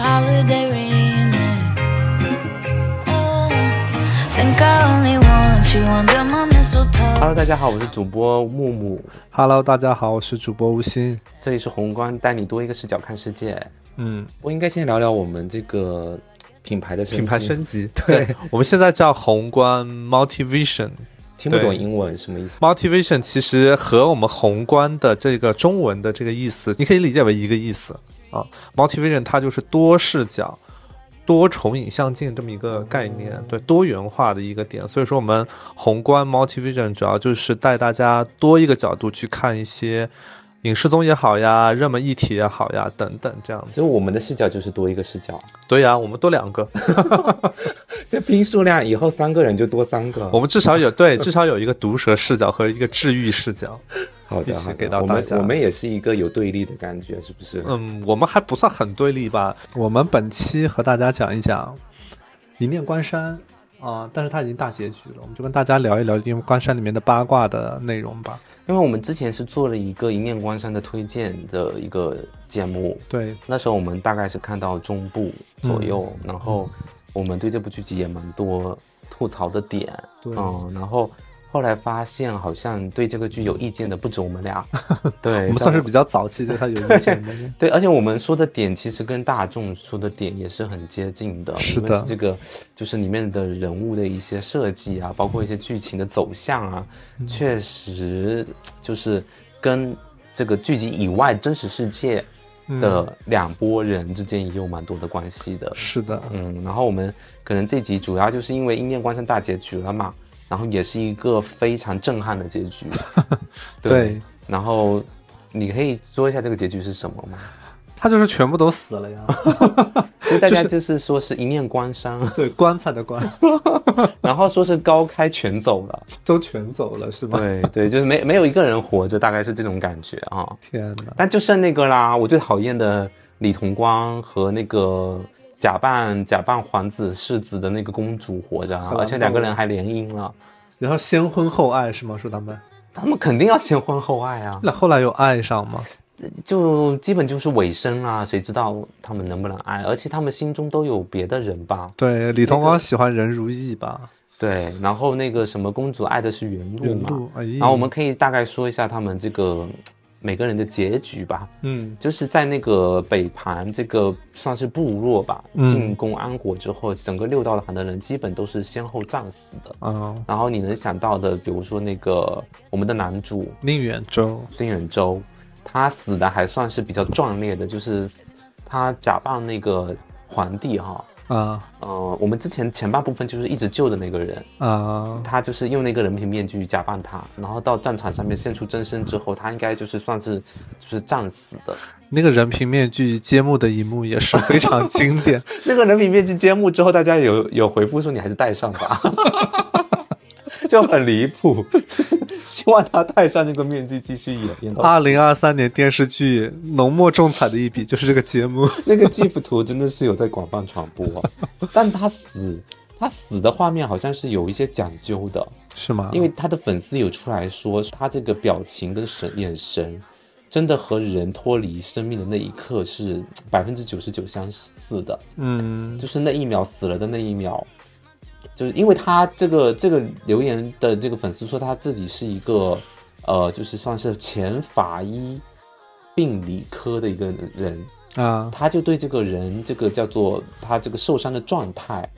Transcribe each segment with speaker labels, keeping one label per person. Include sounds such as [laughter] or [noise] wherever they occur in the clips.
Speaker 1: Friday remix. Oh, think I only want you under my mistletoe.
Speaker 2: Hello，大家好，我是主播木木，
Speaker 3: Hello，大家好，我是主播吴昕。
Speaker 2: 这里是宏观，带你多一个视角看世界。
Speaker 3: 嗯，
Speaker 4: 我应该先聊聊我们这个品牌的升级
Speaker 3: 品牌升级，对我们现在叫宏观 Multivision。
Speaker 4: 听不懂
Speaker 3: 对
Speaker 4: 英文什么意思？
Speaker 3: Multivision 其实和我们宏观的这个中文的这个意思，你可以理解为一个意思啊。Multivision 它就是多视角、多重影像镜这么一个概念，对多元化的一个点。所以说，我们宏观 Multivision 主要就是带大家多一个角度去看一些影视综也好呀、热门议题也好呀等等这样
Speaker 4: 所以
Speaker 3: 子。
Speaker 4: 我们的视角就是多一个视角，
Speaker 3: 对呀、我们多两个。
Speaker 4: 这拼数量以后三个人就多三个。
Speaker 2: 哦
Speaker 3: 我们至少有对， [laughs] 至少有一个毒舌视角和一个治愈视角。
Speaker 4: 好
Speaker 3: 一
Speaker 4: 的，
Speaker 3: 起
Speaker 4: 好的
Speaker 3: 给到
Speaker 4: 我
Speaker 3: 大
Speaker 4: 们
Speaker 3: 家
Speaker 4: 我们也是一个有对立的感觉，是不是？
Speaker 3: 嗯，我们还不算很对立吧？我们本期和大家讲一讲《一念关山》啊、但是它已经大结局了，我们就跟大家聊一聊《一念关山》里面的八卦的内容吧。
Speaker 2: 因为我们之前是做了一个一面关山的推荐的一个节目，
Speaker 3: 对，
Speaker 2: 那时候我们大概是看到中部
Speaker 3: 嗯
Speaker 2: 左右，然后我们对这部剧集也蛮多吐槽的点，
Speaker 3: 对
Speaker 2: 嗯，然后后来发现好像对这个剧有意见的不止我们
Speaker 3: [laughs]
Speaker 2: 俩，对，
Speaker 3: 我们算是比较早期对它有意见的。 [laughs]
Speaker 2: 对，而且我们说的点其实跟大众说的点也是很接近的，
Speaker 3: 是
Speaker 2: 无论
Speaker 3: 的
Speaker 2: 这个就是里面的人物的一些设计啊，包括一些剧情的走向啊，
Speaker 3: 嗯
Speaker 2: 确实就是跟这个剧集以外真实世界
Speaker 3: 嗯
Speaker 2: 的两拨人之间也有蛮多的关系的。
Speaker 3: 是的，
Speaker 2: 嗯，然后我们可能这集主要就是因为《一念关山》大结局了嘛，然后也是一个非常震撼的结 [laughs] 局。
Speaker 3: 对，
Speaker 2: 然后你可以说一下这个结局是什么吗？
Speaker 3: 它就是全部都死了呀。
Speaker 2: 所以大家就是说是一念关山， [laughs]
Speaker 3: 对， [laughs] 棺材的 [laughs] 棺
Speaker 2: 然后说是高开全走了。
Speaker 3: 都全走了是吧？
Speaker 2: 对 [laughs] 对，就是没没有一个人活着，大概是这种感觉啊、
Speaker 3: 天哪！
Speaker 2: 但就剩那个啦，我最讨厌的李同光和那个假扮假扮皇子世子的那个公主活着啊
Speaker 3: 好，吧
Speaker 2: 而且两个人还联姻了。
Speaker 3: 然后先婚后爱是吗？说他们
Speaker 2: 他们肯定要先婚后爱啊，
Speaker 3: 那后来有爱上吗？
Speaker 2: [laughs] 就基本就是尾声啊，谁知道他们能不能爱？而且他们心中都有别的人吧？
Speaker 3: 对，李同光喜欢任如意吧？
Speaker 2: 对，然后那个什么公主爱的是原路
Speaker 3: 原
Speaker 2: 嘛，
Speaker 3: 路，哎呀，
Speaker 2: 然后我们可以大概说一下他们这个每个人的结局吧，
Speaker 3: 嗯
Speaker 2: 就是在那个北盘这个算是部落吧，
Speaker 3: 嗯
Speaker 2: 进攻安国之后，整个六道坛的人基本都是先后战死的。
Speaker 3: 啊，
Speaker 2: 然后你能想到的，比如说那个我们的男主
Speaker 3: 宁远舟，
Speaker 2: 丁远洲，他死的还算是比较壮烈的，就是他假扮那个皇帝哈、
Speaker 3: 啊
Speaker 2: 呃，我们之前前半部分就是一直救的那个人，
Speaker 3: 啊，
Speaker 2: 他就是用那个人皮面具假扮他，然后到战场上面现出真身之后，他应该就是算是就是战死的。
Speaker 3: 那个人皮面具揭幕的一幕也是非常经
Speaker 2: [laughs]
Speaker 3: 典。
Speaker 2: 那个人皮面具揭幕之后，大家有有回复说你还是戴上吧， [laughs] 就很离谱，就是希望他戴上那个面具继续演演到。
Speaker 3: 二零二三年电视剧浓墨重彩的一笔就是这个
Speaker 2: [laughs]
Speaker 3: 节目，
Speaker 2: [laughs] 那个 GIF 图真的是有在广泛传播、 [laughs] 哦，但他死。他死的画面好像是有一些讲究的，
Speaker 3: 是吗？
Speaker 2: 因为他的粉丝有出来说，他这个表情跟神眼神，真的和人脱离生命的那一刻是百分之九十九相似的，
Speaker 3: 嗯，
Speaker 2: 就是那一秒死了的那一秒，就是因为他这个这个留言的这个粉丝说他自己是一个，呃，就是算是前法医病理科的一个人，
Speaker 3: 啊，
Speaker 2: 他就对这个人这个叫做他这个受伤的状态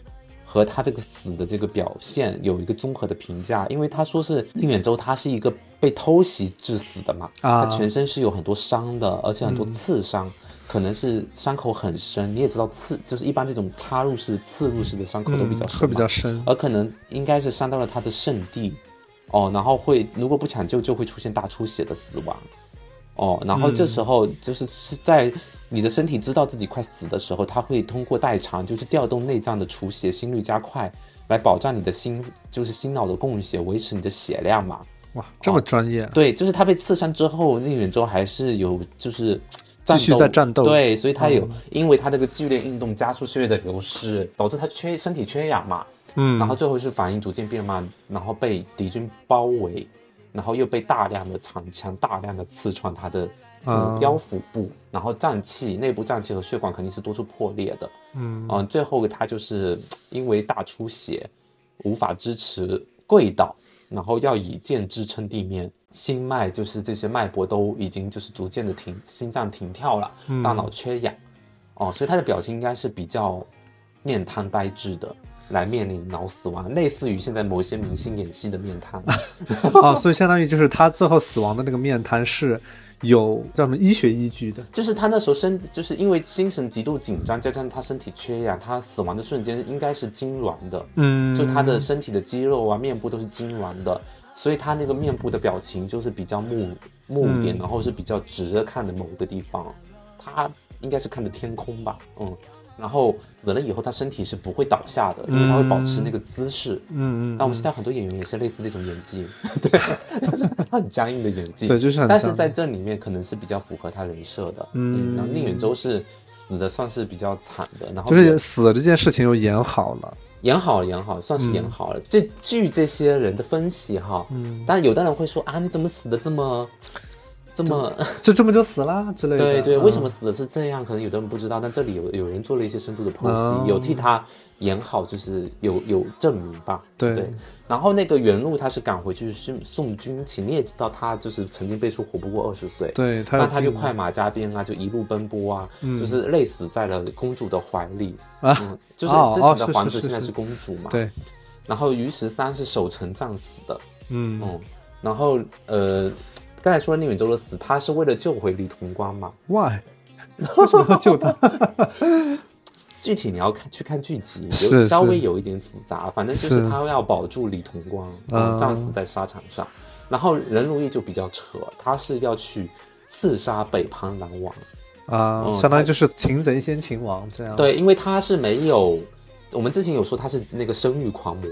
Speaker 2: 和他这个死的这个表现有一个综合的评价，因为他说是宁远洲他是一个被偷袭致死的嘛，
Speaker 3: 啊
Speaker 2: 他全身是有很多伤的，而且很多刺伤。可能是伤口很深，你也知道刺就是一般这种插入式、刺入式的伤口都比较
Speaker 3: 嗯
Speaker 2: 深、
Speaker 3: 会比较深，
Speaker 2: 而可能应该是伤到了他的圣地，哦，然后会如果不抢救就会出现大出血的死亡，哦，然后这时候就是是在你的身体知道自己快死的时候，它会通过代偿，就是调动内脏的储血，心率加快，来保障你的心就是心脑的供血，维持你的血量嘛。
Speaker 3: 哇，这么专业，
Speaker 2: 对，就是他被刺伤之后，宁远洲还是有就是
Speaker 3: 继续在战斗嗯
Speaker 2: 对，所以他有、因为他这个剧烈运动加速血液的流失，导致他缺身体缺氧嘛。
Speaker 3: 嗯
Speaker 2: 然后最后是反应逐渐变慢，然后被敌军包围，然后又被大量的长枪、大量的刺穿他的
Speaker 3: 啊
Speaker 2: 腹腰腹部，然后脏器内部脏器和血管肯定是多处破裂的。
Speaker 3: 嗯
Speaker 2: 嗯，最后他就是因为大出血，无法支持跪倒，然后要以剑支撑地面，心脉就是这些脉搏都已经就是逐渐的停，心脏停跳了，大脑缺氧，哦，所以他的表情应该是比较面瘫呆滞的。来面临脑死亡，类似于现在某些明星演戏的面瘫，
Speaker 3: 啊，所以相当于就是他最后死亡的那个面瘫是有叫什么医学依据的，
Speaker 2: 就是他那时候身，就是因为精神极度紧张，加上他身体缺氧，他死亡的瞬间应该是痉挛的，
Speaker 3: 嗯
Speaker 2: 就他的身体的肌肉啊、面部都是痉挛的，所以他那个面部的表情就是比较木木一点，然后是比较直着看的某个地方。他应该是看着天空吧，嗯。然后死了以后，他身体是不会倒下的，因为他会保持那个姿势。
Speaker 3: 嗯嗯
Speaker 2: 但我们现在很多演员也是类似这种演技， [laughs] 对，就是他很僵硬的演技。
Speaker 3: 对就是很
Speaker 2: 但是
Speaker 3: 僵
Speaker 2: 在这里面可能是比较符合他人设的。
Speaker 3: 嗯
Speaker 2: 嗯，然后宁远洲是死的算是比较惨的，然后
Speaker 3: 就是死这件事情又演好了，
Speaker 2: 演好了，演好了，算是演好了。这据这些人的分析哈，嗯，但有的人会说啊，你怎么死的这么，这么，
Speaker 3: 就这么就死啦之类的。
Speaker 2: 对对，
Speaker 3: 嗯
Speaker 2: 为什么死的是这样？可能有的人不知道，但这里有有人做了一些深度的剖析，
Speaker 3: 哦
Speaker 2: 有替他演好，就是有有证明吧。
Speaker 3: 对
Speaker 2: 然后那个袁路他是赶回去送送军情，你也知道他就是曾经被说活不过二十岁，
Speaker 3: 啊对他有
Speaker 2: 那他就
Speaker 3: 病嗯
Speaker 2: 快马加鞭啊，就一路奔波啊，就是累死在了公主的怀里。
Speaker 3: 啊
Speaker 2: 嗯，就是
Speaker 3: 哦
Speaker 2: 之
Speaker 3: 哦
Speaker 2: 前
Speaker 3: 是
Speaker 2: 的皇
Speaker 3: 是
Speaker 2: 子
Speaker 3: 是
Speaker 2: 现在
Speaker 3: 是
Speaker 2: 是公主嘛，
Speaker 3: 对，
Speaker 2: 然后于十三是守城战死的，
Speaker 3: 嗯
Speaker 2: 嗯，然后呃，刚才说了宁远舟的死，他是为了救回李同光嘛？
Speaker 3: ，why 为什么要
Speaker 2: [laughs]
Speaker 3: 救他？
Speaker 2: 具体你要看去看剧集，
Speaker 3: 是
Speaker 2: 有
Speaker 3: 是
Speaker 2: 稍微有一点复杂，反正就是
Speaker 3: 是
Speaker 2: 他要保住李同光，
Speaker 3: 啊
Speaker 2: 嗯，战死在沙场上。然后任如意就比较扯，他是要去刺杀北庞狼王，
Speaker 3: 啊，
Speaker 2: 嗯
Speaker 3: 相当于就是擒贼先擒王这样。，
Speaker 2: 对，因为他是没有，我们之前有说他是那个生育狂魔，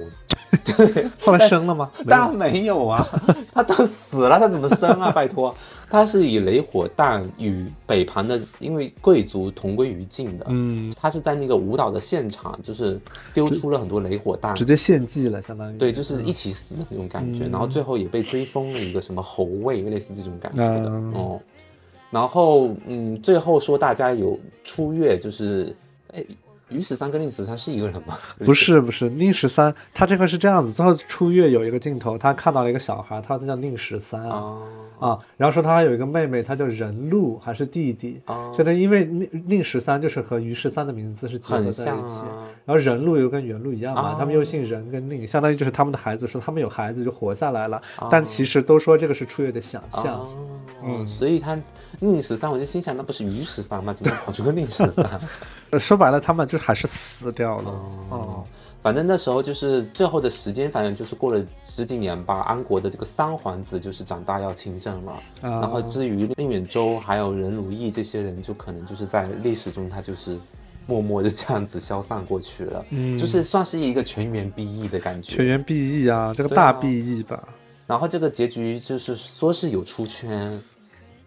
Speaker 3: 后来生了吗？没有
Speaker 2: 当然没有啊， [laughs] 他都死了，他怎么生啊？拜 [laughs] 托，他是以雷火弹与北盘的，因为贵族同归于尽的。
Speaker 3: 嗯，
Speaker 2: 他是在那个舞蹈的现场，就是丢出了很多雷火弹
Speaker 3: 直，接献祭了，相当于。
Speaker 2: 对，就是一起死的那种感觉。然后最后也被追封了一个什么侯位，类似这种感觉的
Speaker 3: 嗯
Speaker 2: 哦。然后嗯，最后说大家有出月，就是哎，于十三跟令十三是一个人吗？
Speaker 3: 不是不是，宁十三，他这个是这样子，最后出月有一个镜头，他看到了一个小孩，他叫宁十三啊，
Speaker 2: 啊
Speaker 3: 啊，然后说他还有一个妹妹，她叫任露，还是弟弟，
Speaker 2: 啊，
Speaker 3: 所以呢，因为宁宁十三就是和于十三的名字是结合在
Speaker 2: 很
Speaker 3: 一起，
Speaker 2: 像啊。
Speaker 3: 然后任露又跟袁露一样嘛，
Speaker 2: 哦
Speaker 3: 他们又姓任跟宁，相当于就是他们的孩子说他们有孩子就活下来了，但其实都说这个是出月的想象，
Speaker 2: 哦，所以他宁十三，我就心想，那不是鱼十三吗？怎么跑出个宁十三？
Speaker 3: 呃说白了他们就是还是死掉了，
Speaker 2: 哦，反正那时候就是最后的时间，反正就是过了十几年吧。安国的这个三皇子就是长大要亲政了，然后至于令远州还有任如意这些人，就可能就是在历史中他就是。默默就这样子消散过去了，嗯，就是算是一个全员毕�役的感觉，
Speaker 3: 全员毕�役啊，这个
Speaker 2: 对
Speaker 3: 大
Speaker 2: 啊
Speaker 3: 毕�役吧，
Speaker 2: 然后这个结局就是说是有出圈，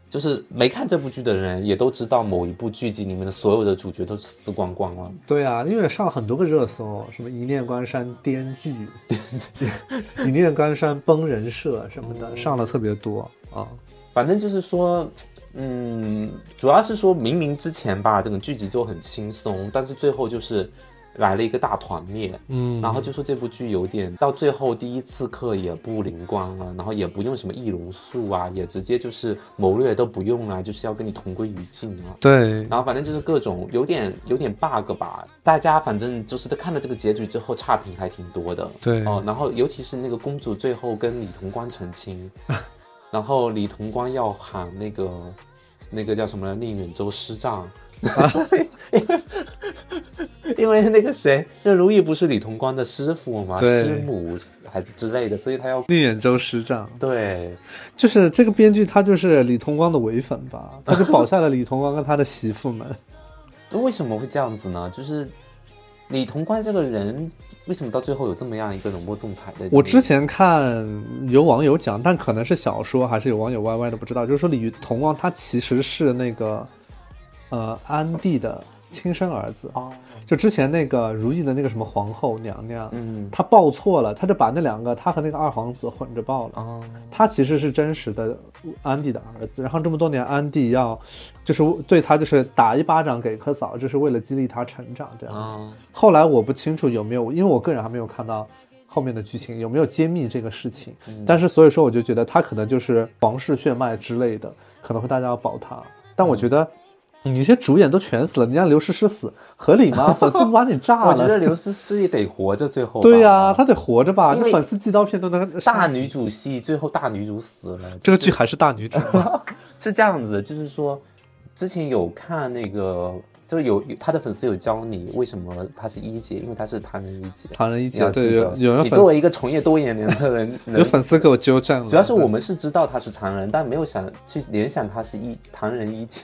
Speaker 2: 就是没看这部剧的人也都知道，某一部剧集里面的所有的主角都死光光了。
Speaker 3: 对啊，因为上很多个热搜，什么一念关山颠剧， [laughs]
Speaker 2: [laughs]
Speaker 3: 一念关山崩人设什么的，上了特别多啊。
Speaker 2: 反正就是说，嗯，主要是说明明之前吧，整个剧集就很轻松，但是最后就是来了一个大团灭，
Speaker 3: 嗯
Speaker 2: 然后就说这部剧有点到最后第一刺客也不灵光了，然后也不用什么易容术啊，也直接就是谋略都不用啊，就是要跟你同归于尽啊。
Speaker 3: 对，
Speaker 2: 然后反正就是各种有点有点 bug 吧，大家反正就是看了这个结局之后，差评还挺多的。
Speaker 3: 对
Speaker 2: 哦，然后尤其是那个公主最后跟李同光成
Speaker 3: [laughs]
Speaker 2: 亲，然后李同光要喊那个那个叫什么来，宁远州师
Speaker 3: [laughs]
Speaker 2: 丈。因为那个谁，任如意不是李同光的师傅吗？
Speaker 3: 对
Speaker 2: 师母还是之类的，所以他要
Speaker 3: 宁远州师长
Speaker 2: 对
Speaker 3: 就是这个编剧，他就是李同光的伪粉
Speaker 2: [laughs]
Speaker 3: 吧？他就保下了李同光跟他的媳妇们。
Speaker 2: 为什么会这样子呢？就是李同冠这个人，为什么到最后有这么样一个冷漠仲裁的？
Speaker 3: 我之前看有网友讲，但可能是小说还是有网友歪歪的，不知道。就是说李同光他其实是那个呃安帝的亲生儿子。
Speaker 2: 哦，
Speaker 3: 就之前那个如意的那个什么皇后娘娘，
Speaker 2: 嗯，
Speaker 3: 她抱错了，她就把那两个她和那个二皇子混着抱了。
Speaker 2: 哦，
Speaker 3: 他其实是真实的安迪的儿子，然后这么多年安迪要，就是对他就是打一巴掌给颗枣，就是为了激励他成长这样子。
Speaker 2: 哦，
Speaker 3: 后来我不清楚有没有，因为我个人还没有看到后面的剧情有没有揭秘这个事情，
Speaker 2: 嗯
Speaker 3: 但是所以说我就觉得他可能就是皇室血脉之类的，可能会大家要保他。但
Speaker 2: 嗯
Speaker 3: 我觉得嗯你这些主演都全死了，你让刘诗诗死合理吗？粉丝不把你炸
Speaker 2: 我觉得
Speaker 3: 了？
Speaker 2: 刘诗诗也得活着，最后
Speaker 3: 对啊呀、
Speaker 2: 呀，
Speaker 3: 他得活着吧？
Speaker 2: 啊因
Speaker 3: 这
Speaker 2: 为
Speaker 3: 粉丝寄刀片都能
Speaker 2: 大
Speaker 3: 杀死
Speaker 2: 女主戏最后大女主死了，
Speaker 3: 这个剧还是大女主吗。
Speaker 2: 是这样子，就是说，之前有看那个，就是有有他的粉丝有教你为什么她是一姐，因为她是唐人一姐。
Speaker 3: 唐人一
Speaker 2: 你要
Speaker 3: 姐，啊对，
Speaker 2: 记得
Speaker 3: 有有人
Speaker 2: 你
Speaker 3: 粉
Speaker 2: 作为
Speaker 3: 丝
Speaker 2: 一个从业多年的
Speaker 3: [laughs]
Speaker 2: 人，
Speaker 3: 有
Speaker 2: 能
Speaker 3: 粉丝给我纠正了，
Speaker 2: 主要是
Speaker 3: 对
Speaker 2: 我们是知道她是唐人，但没有想去联想她是一唐人一姐，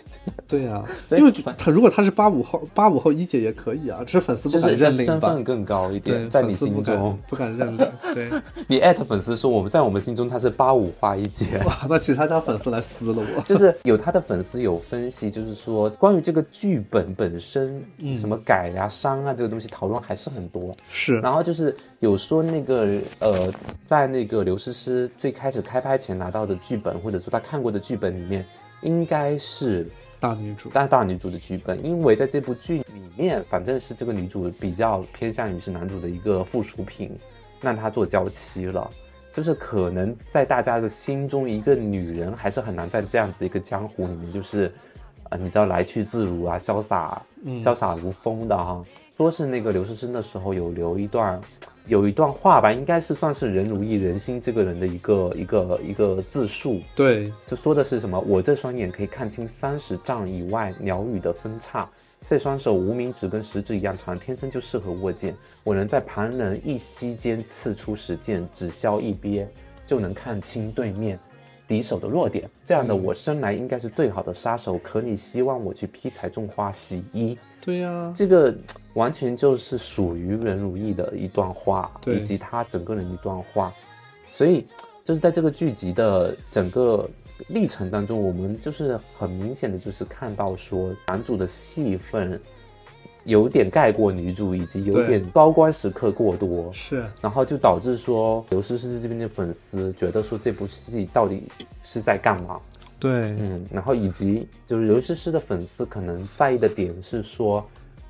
Speaker 3: 对呀、
Speaker 2: 所以
Speaker 3: 因为他如果他是八五后，八五后一姐也可以啊，只是粉丝
Speaker 2: 就
Speaker 3: 不敢
Speaker 2: 是
Speaker 3: 认领
Speaker 2: 身
Speaker 3: 吧
Speaker 2: 份。更高一
Speaker 3: 对，
Speaker 2: 点，在你
Speaker 3: 粉丝不
Speaker 2: 心
Speaker 3: 敢
Speaker 2: 中，
Speaker 3: 不敢认领。
Speaker 2: [laughs]
Speaker 3: 对，
Speaker 2: 你艾特粉丝说我们在我们心中她是八五花一姐。
Speaker 3: 哇，那其他家粉丝来撕了我。
Speaker 2: 就是 [laughs] 有他的粉丝有分析，就是说关于这个剧本本身什么改呀、删啊这个东西讨论还是很多。
Speaker 3: 是，
Speaker 2: 然后就是有说那个呃，在那个刘诗诗最开始开拍前拿到的剧本，或者说她看过的剧本里面，应该是
Speaker 3: 大女
Speaker 2: [laughs]
Speaker 3: 主。
Speaker 2: 大大女主的剧本，因为在这部剧里面，反正是这个女主比较偏向于是男主的一个附属品，让她做娇妻了。就是可能在大家的心中，一个女人还是很难在这样子一个江湖里面，就是，呃，你知道来去自如啊，潇洒，潇洒如风的哈、说是那个刘诗诗那时候有留一段，有一段话吧，应该是算是任如意、人心这个人的一个一个一个自述。
Speaker 3: 对，
Speaker 2: 就说的是什么？我这双眼可以看清三十丈以外鸟语的分叉，这双手无名指跟食指一样长，天生就适合握剑。我能在旁人一息间刺出十剑，只消一瞥就能看清对面敌手的弱点。这样的我生来应该是最好的杀手，可你希望我去劈柴、种花、洗衣？
Speaker 3: 对呀、
Speaker 2: 这个完全就是属于任如意的一段话，
Speaker 3: 对
Speaker 2: 以及他整个人一段话，所以就是在这个剧集的整个历程当中，我们就是很明显的就是看到说男主的戏份有点盖过女主，以及有
Speaker 3: 对
Speaker 2: 点高光时刻过多，
Speaker 3: 是
Speaker 2: 然后就导致说刘诗诗这边的粉丝觉得说这部戏到底是在干嘛？
Speaker 3: 对、
Speaker 2: 嗯，然后以及就是刘诗诗的粉丝可能在意的点是说，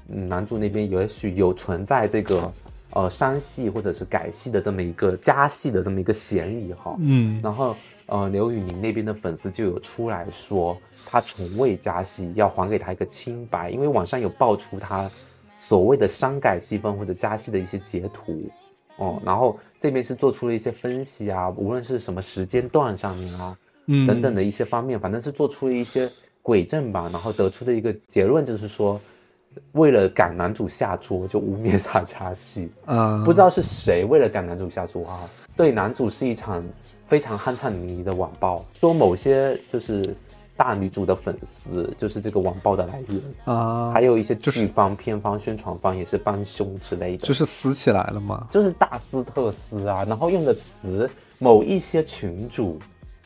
Speaker 2: 嗯，男主那边也许有存在这个呃删戏或者是改戏的这么一个加戏的这么一个嫌疑哈。
Speaker 3: 嗯，
Speaker 2: 然后呃，刘宇宁那边的粉丝就有出来说，他从未加戏，要还给他一个清白，因为网上有爆出他所谓的删改戏份或者加戏的一些截图。哦，然后这边是做出了一些分析啊，无论是什么时间段上面啊，
Speaker 3: 嗯
Speaker 2: 等等的一些方面，反正是做出了一些轨证吧，然后得出的一个结论就是说，为了赶男主下桌就污蔑他加戏，
Speaker 3: 啊，
Speaker 2: 不知道是谁为了赶男主下桌啊，对男主是一场非常酣畅淋漓的网暴，说某些就是大女主的粉丝就是这个网暴的来源，
Speaker 3: 啊，
Speaker 2: 还有一些
Speaker 3: 就是
Speaker 2: 剧方、片方、宣传方也是帮凶之类的
Speaker 3: 就，是撕起来了嘛。
Speaker 2: 就是大撕特撕啊，然后用的词，某一些群主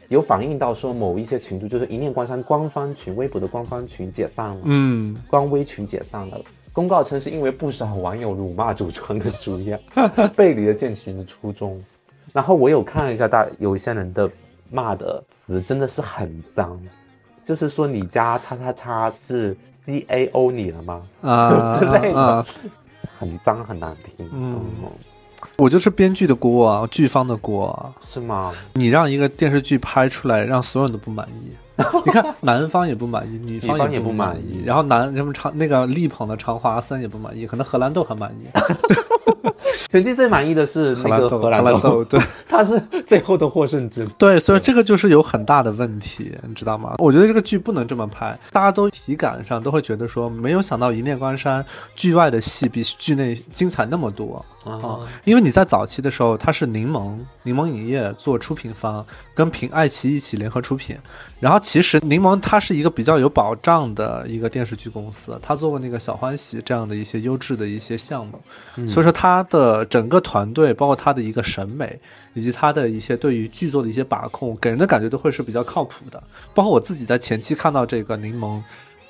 Speaker 2: 有反映到说，某一些群主就是一念关山官方群，微博的官方群解散了，
Speaker 3: 嗯，
Speaker 2: 官微群解散了。公告称是因为不少网友辱骂主创跟主演，背离了建群的初衷。然后我有看了一下大有一些人的骂的词真的是很脏，就是说你家叉叉叉是 C A O 你了吗？
Speaker 3: 啊
Speaker 2: [laughs] 之类的
Speaker 3: 啊，
Speaker 2: 很脏很难听，
Speaker 3: 嗯
Speaker 2: 嗯，
Speaker 3: 我就是编剧的锅啊，剧方的锅啊。
Speaker 2: 是吗？
Speaker 3: 你让一个电视剧拍出来，让所有人都不满意。
Speaker 2: [laughs]
Speaker 3: 你看，男方也不满意，女
Speaker 2: 女方
Speaker 3: 也
Speaker 2: 也不
Speaker 3: 满
Speaker 2: 满意
Speaker 3: 然后男什么长那个力捧的长华森也不满意，可能荷兰豆很满意，
Speaker 2: 全季最满意的是
Speaker 3: 荷
Speaker 2: [laughs] 那
Speaker 3: 兰
Speaker 2: 个
Speaker 3: 豆，
Speaker 2: 荷
Speaker 3: 荷
Speaker 2: 兰
Speaker 3: 兰豆，
Speaker 2: [laughs]
Speaker 3: 对
Speaker 2: 他是最后的获胜者。
Speaker 3: 对，所以这个就是有很大的问题，你知道吗？我觉得这个剧不能这么拍，大家都体感上都会觉得说，没有想到《一念关山》剧外的戏比剧内精彩那么多。啊、
Speaker 2: 啊，
Speaker 3: 因为你在早期的时候，它是柠檬柠檬影业做出品方，跟苹爱奇艺一起联合出品。然后其实柠檬它是一个比较有保障的一个电视剧公司，它做过那个小欢喜这样的一些优质的一些项目，
Speaker 2: 嗯
Speaker 3: 所以说它的整个团队，包括它的一个审美，以及它的一些对于剧作的一些把控，给人的感觉都会是比较靠谱的。包括我自己在前期看到这个柠檬。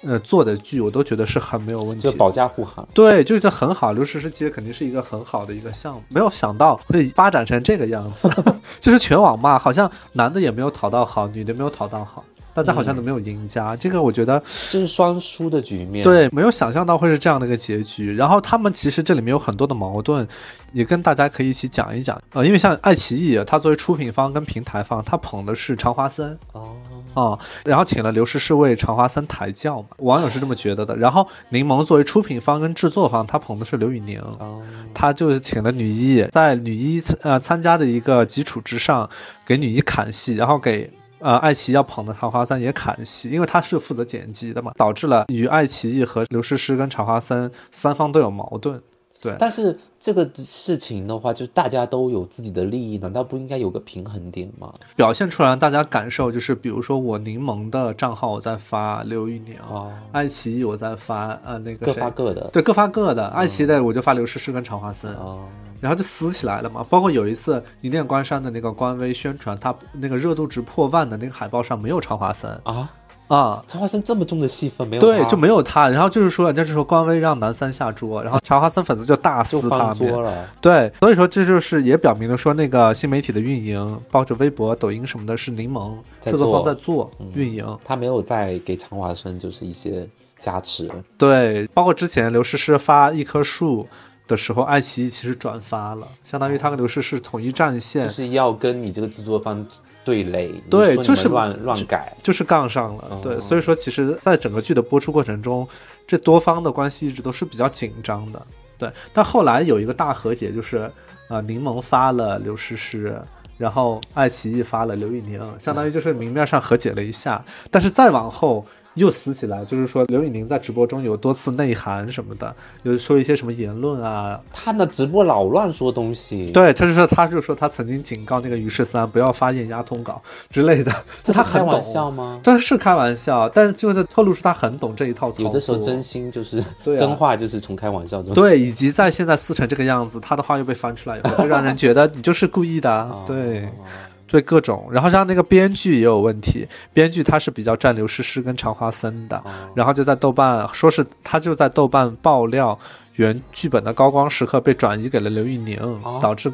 Speaker 3: 呃做的剧，我都觉得是很没有问题
Speaker 2: 就
Speaker 3: 的。
Speaker 2: 保驾护航。
Speaker 3: 对，就觉得很好。刘诗诗街肯定是一个很好的一个项目，没有想到会发展成这个样子， [laughs] 就是全网骂，好像男的也没有讨到好，女的没有讨到好，大家
Speaker 2: 嗯
Speaker 3: 好像都没有赢家。这个我觉得
Speaker 2: 这是双输的局面。，
Speaker 3: 对，没有想象到会是这样的一个结局。然后他们其实这里面有很多的矛盾，也跟大家可以一起讲一讲。呃，因为像爱奇艺，它作为出品方跟平台方，它捧的是常华森
Speaker 2: 哦，
Speaker 3: 啊、然后请了刘诗诗为常华森抬轿嘛，网友是这么觉得的。然后柠檬作为出品方跟制作方，他捧的是刘宇宁。
Speaker 2: 哦，
Speaker 3: 他就是请了女一，在女一呃参加的一个基础之上，给女一砍戏，然后给呃爱奇艺要捧的常华森也砍戏，因为他是负责剪辑的嘛，导致了与爱奇艺和刘诗诗跟常华森三方都有矛盾。对，
Speaker 2: 但是这个事情的话，就大家都有自己的利益，难道不应该有个平衡点吗？
Speaker 3: 表现出来让大家感受就是，比如说我柠檬的账号我在发刘宇宁，
Speaker 2: 哦，
Speaker 3: 爱奇艺我在发呃那个
Speaker 2: 各
Speaker 3: 谁，
Speaker 2: 发各的。
Speaker 3: 对各发各的，爱奇艺的我就发刘诗诗跟常华森。
Speaker 2: 嗯哦，
Speaker 3: 然后就撕起来了嘛。包括有一次《一念关山》的那个官微宣传，它那个热度值破万的那个海报上没有常华森
Speaker 2: 啊，
Speaker 3: 啊。
Speaker 2: 插花生这么重的戏份没有他，
Speaker 3: 对，就没有他。然后就是说，人家就说官微让男三下桌，然后常华森粉丝就大
Speaker 2: 就
Speaker 3: 撕他
Speaker 2: 翻
Speaker 3: 们
Speaker 2: 桌。了。
Speaker 3: 对，所以说这就是也表明了说，那个新媒体的运营，包括微博、抖音什么的，是柠檬
Speaker 2: 在
Speaker 3: 制作方
Speaker 2: 做嗯
Speaker 3: 在做运营。
Speaker 2: 他没有再给常华生就是一些加持，
Speaker 3: 对，包括之前刘诗诗发一棵树的时候，爱奇艺其实转发了，相当于他跟刘诗诗统一战线
Speaker 2: 就，是要跟你这个制作方对垒，你说
Speaker 3: 对
Speaker 2: 你
Speaker 3: 就是
Speaker 2: 们乱乱改。
Speaker 3: 就是杠上了。对，所以说其实，在整个剧的播出过程中，这多方的关系一直都是比较紧张的。对，但后来有一个大和解，就是呃，柠檬发了刘诗诗。然后爱奇艺发了刘宇宁，相当于就是明面上和解了一下，但是再往后又撕起来，就是说刘宇宁在直播中有多次内涵什么的，有说一些什么言论啊，
Speaker 2: 他那直播老乱说东西，，
Speaker 3: 对，他就说他就说他曾经警告那个于十三不要发艳压通稿之类的，
Speaker 2: 这
Speaker 3: 就是他
Speaker 2: 开
Speaker 3: 很懂
Speaker 2: 玩，笑吗？
Speaker 3: 但是开玩笑，但是就是透露出他很懂这一套操作。
Speaker 2: 有的时候真心就是、
Speaker 3: 对啊
Speaker 2: [laughs] 真话，就是从开玩笑中。
Speaker 3: 对，以及在现在撕成这个样子，他的话又被翻出来以
Speaker 2: [laughs]
Speaker 3: 后，会让人觉得你就是故意的啊
Speaker 2: 哦，
Speaker 3: 对，对各种。然后像那个编剧也有问题，编剧他是比较占刘诗诗跟常华森
Speaker 2: 哦
Speaker 3: 的，然后就在豆瓣说是他就在豆瓣爆料原剧本的高光时刻被转移给了刘玉宁，
Speaker 2: 哦
Speaker 3: 导致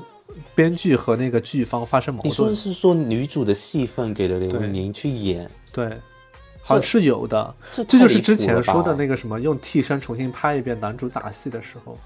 Speaker 3: 编剧和那个剧方发生矛
Speaker 2: 你说的
Speaker 3: 盾。
Speaker 2: 是说女主的戏份给了刘
Speaker 3: 对
Speaker 2: 宇宁去演，
Speaker 3: 对，好像
Speaker 2: 这
Speaker 3: 是有的。
Speaker 2: 这
Speaker 3: 这
Speaker 2: 太
Speaker 3: 就是
Speaker 2: 离
Speaker 3: 之
Speaker 2: 谱
Speaker 3: 前
Speaker 2: 了
Speaker 3: 说
Speaker 2: 吧
Speaker 3: 的那个什么，用替身重新拍一遍男主打戏的时候，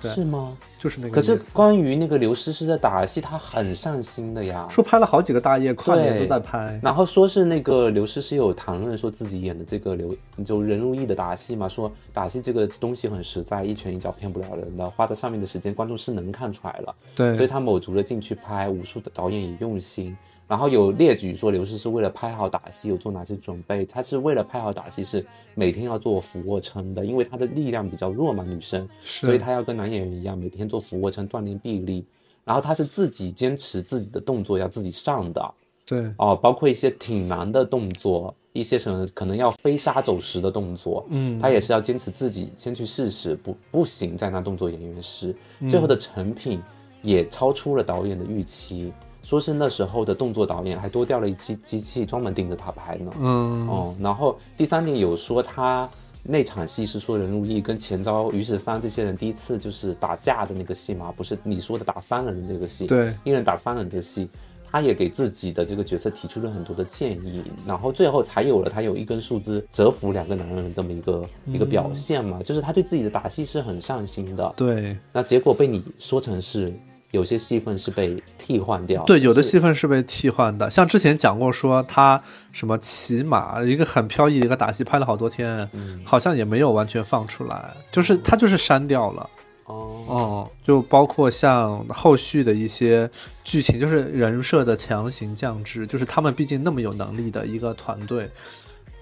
Speaker 3: 对
Speaker 2: 是吗？
Speaker 3: 就是那个
Speaker 2: 可
Speaker 3: 意思。
Speaker 2: 是关于那个刘诗诗的打戏，她很上心的呀。
Speaker 3: 说拍了好几个大夜，跨年
Speaker 2: 对
Speaker 3: 都在拍。
Speaker 2: 然后说是那个刘诗诗有谈论说自己演的这个刘就任如意的打戏嘛，说打戏这个东西很实在，一拳一脚骗不了人的，花在上面的时间观众是能看出来了，所以
Speaker 3: 对
Speaker 2: 他卯足了劲去拍，无数的导演也用心。然后有列举说刘诗诗为了拍好打戏有做哪些准备，她是为了拍好打戏是每天要做俯卧撑的，因为她的力量比较弱嘛，女生，
Speaker 3: 是
Speaker 2: 所以她要跟男演员一样每天做俯卧撑锻炼臂力。然后她是自己坚持自己的动作要自己上的，
Speaker 3: 对
Speaker 2: 哦，包括一些挺难的动作，一些什么可能要飞沙走石的动作，
Speaker 3: 嗯
Speaker 2: 他也是要坚持自己先去试试，不不行再拿动作演员试。
Speaker 3: 嗯
Speaker 2: 最后的成品也超出了导演的预期，说是那时候的动作导演还多掉了一期机器专门盯着他拍呢。
Speaker 3: 嗯
Speaker 2: 哦，然后第三点有说他那场戏是说任如意跟前招于十三这些人第一次就是打架的那个戏嘛，不是你说的打三人的那个戏，
Speaker 3: 对，
Speaker 2: 一人打三人的戏，他也给自己的这个角色提出了很多的建议，然后最后才有了他有一根树枝折服两个男人这么一个、
Speaker 3: 嗯
Speaker 2: 一个表现嘛，就是他对自己的打戏是很上心的，
Speaker 3: 对
Speaker 2: 那结果被你说成是有些戏份是被替换掉，
Speaker 3: 对，有的
Speaker 2: 是
Speaker 3: 戏份是被替换的，像之前讲过说他什么骑马，一个很飘逸的一个打戏，拍了好多天，
Speaker 2: 嗯
Speaker 3: 好像也没有完全放出来，就是他就是删掉了。
Speaker 2: 哦。
Speaker 3: 哦，就包括像后续的一些剧情，就是人设的强行降智，就是他们毕竟那么有能力的一个团队，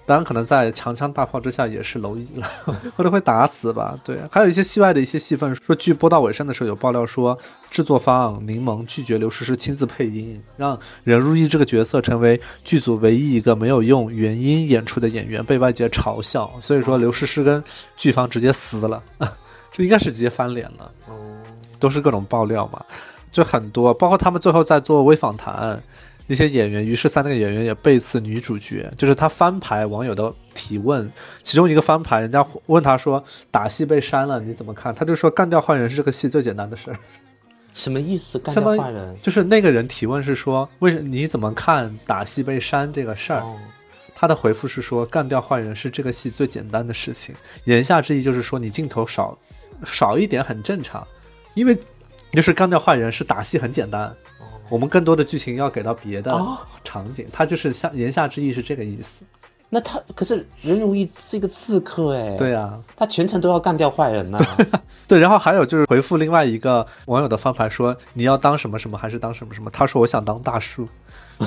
Speaker 3: 当然可能在长枪大炮之下也是蝼蚁了， [laughs] 或者会打死吧。对，还有一些戏外的一些戏份，说剧播到尾声的时候有爆料说，制作方柠檬拒绝刘诗诗亲自配音，让任如意这个角色成为剧组唯一一个没有用原音演出的演员，被外界嘲笑，所以说刘诗诗跟剧方直接撕了。 [laughs] 这应该是直接翻脸了。都是各种爆料嘛，就很多，包括他们最后在做微访谈，一些演员，于是三那个演员也背刺女主角，就是他翻牌网友的提问，其中一个翻牌，人家问他说打戏被删了你怎么看？他就说干掉坏人是这个戏最简单的事儿，
Speaker 2: 什么意思？干
Speaker 3: 相
Speaker 2: 掉
Speaker 3: 当
Speaker 2: 坏
Speaker 3: 于
Speaker 2: 人？
Speaker 3: 就是那个人提问是说为什你怎么看打戏被删这个事儿？
Speaker 2: 哦，
Speaker 3: 他的回复是说，干掉坏人是这个戏最简单的事情。言下之意就是说，你镜头少少一点很正常，因为就是干掉坏人是打戏很简单，我们更多的剧情要给到别的
Speaker 2: 哦
Speaker 3: 场景。他就是下言下之意是这个意思。
Speaker 2: 那他可是任如意是一个刺客哎，
Speaker 3: 对
Speaker 2: 啊，
Speaker 3: 啊，
Speaker 2: 他全程都要干掉坏人呐、
Speaker 3: 对。然后还有就是回复另外一个网友的翻牌说，你要当什么什么还是当什么什么？他说我想当大树，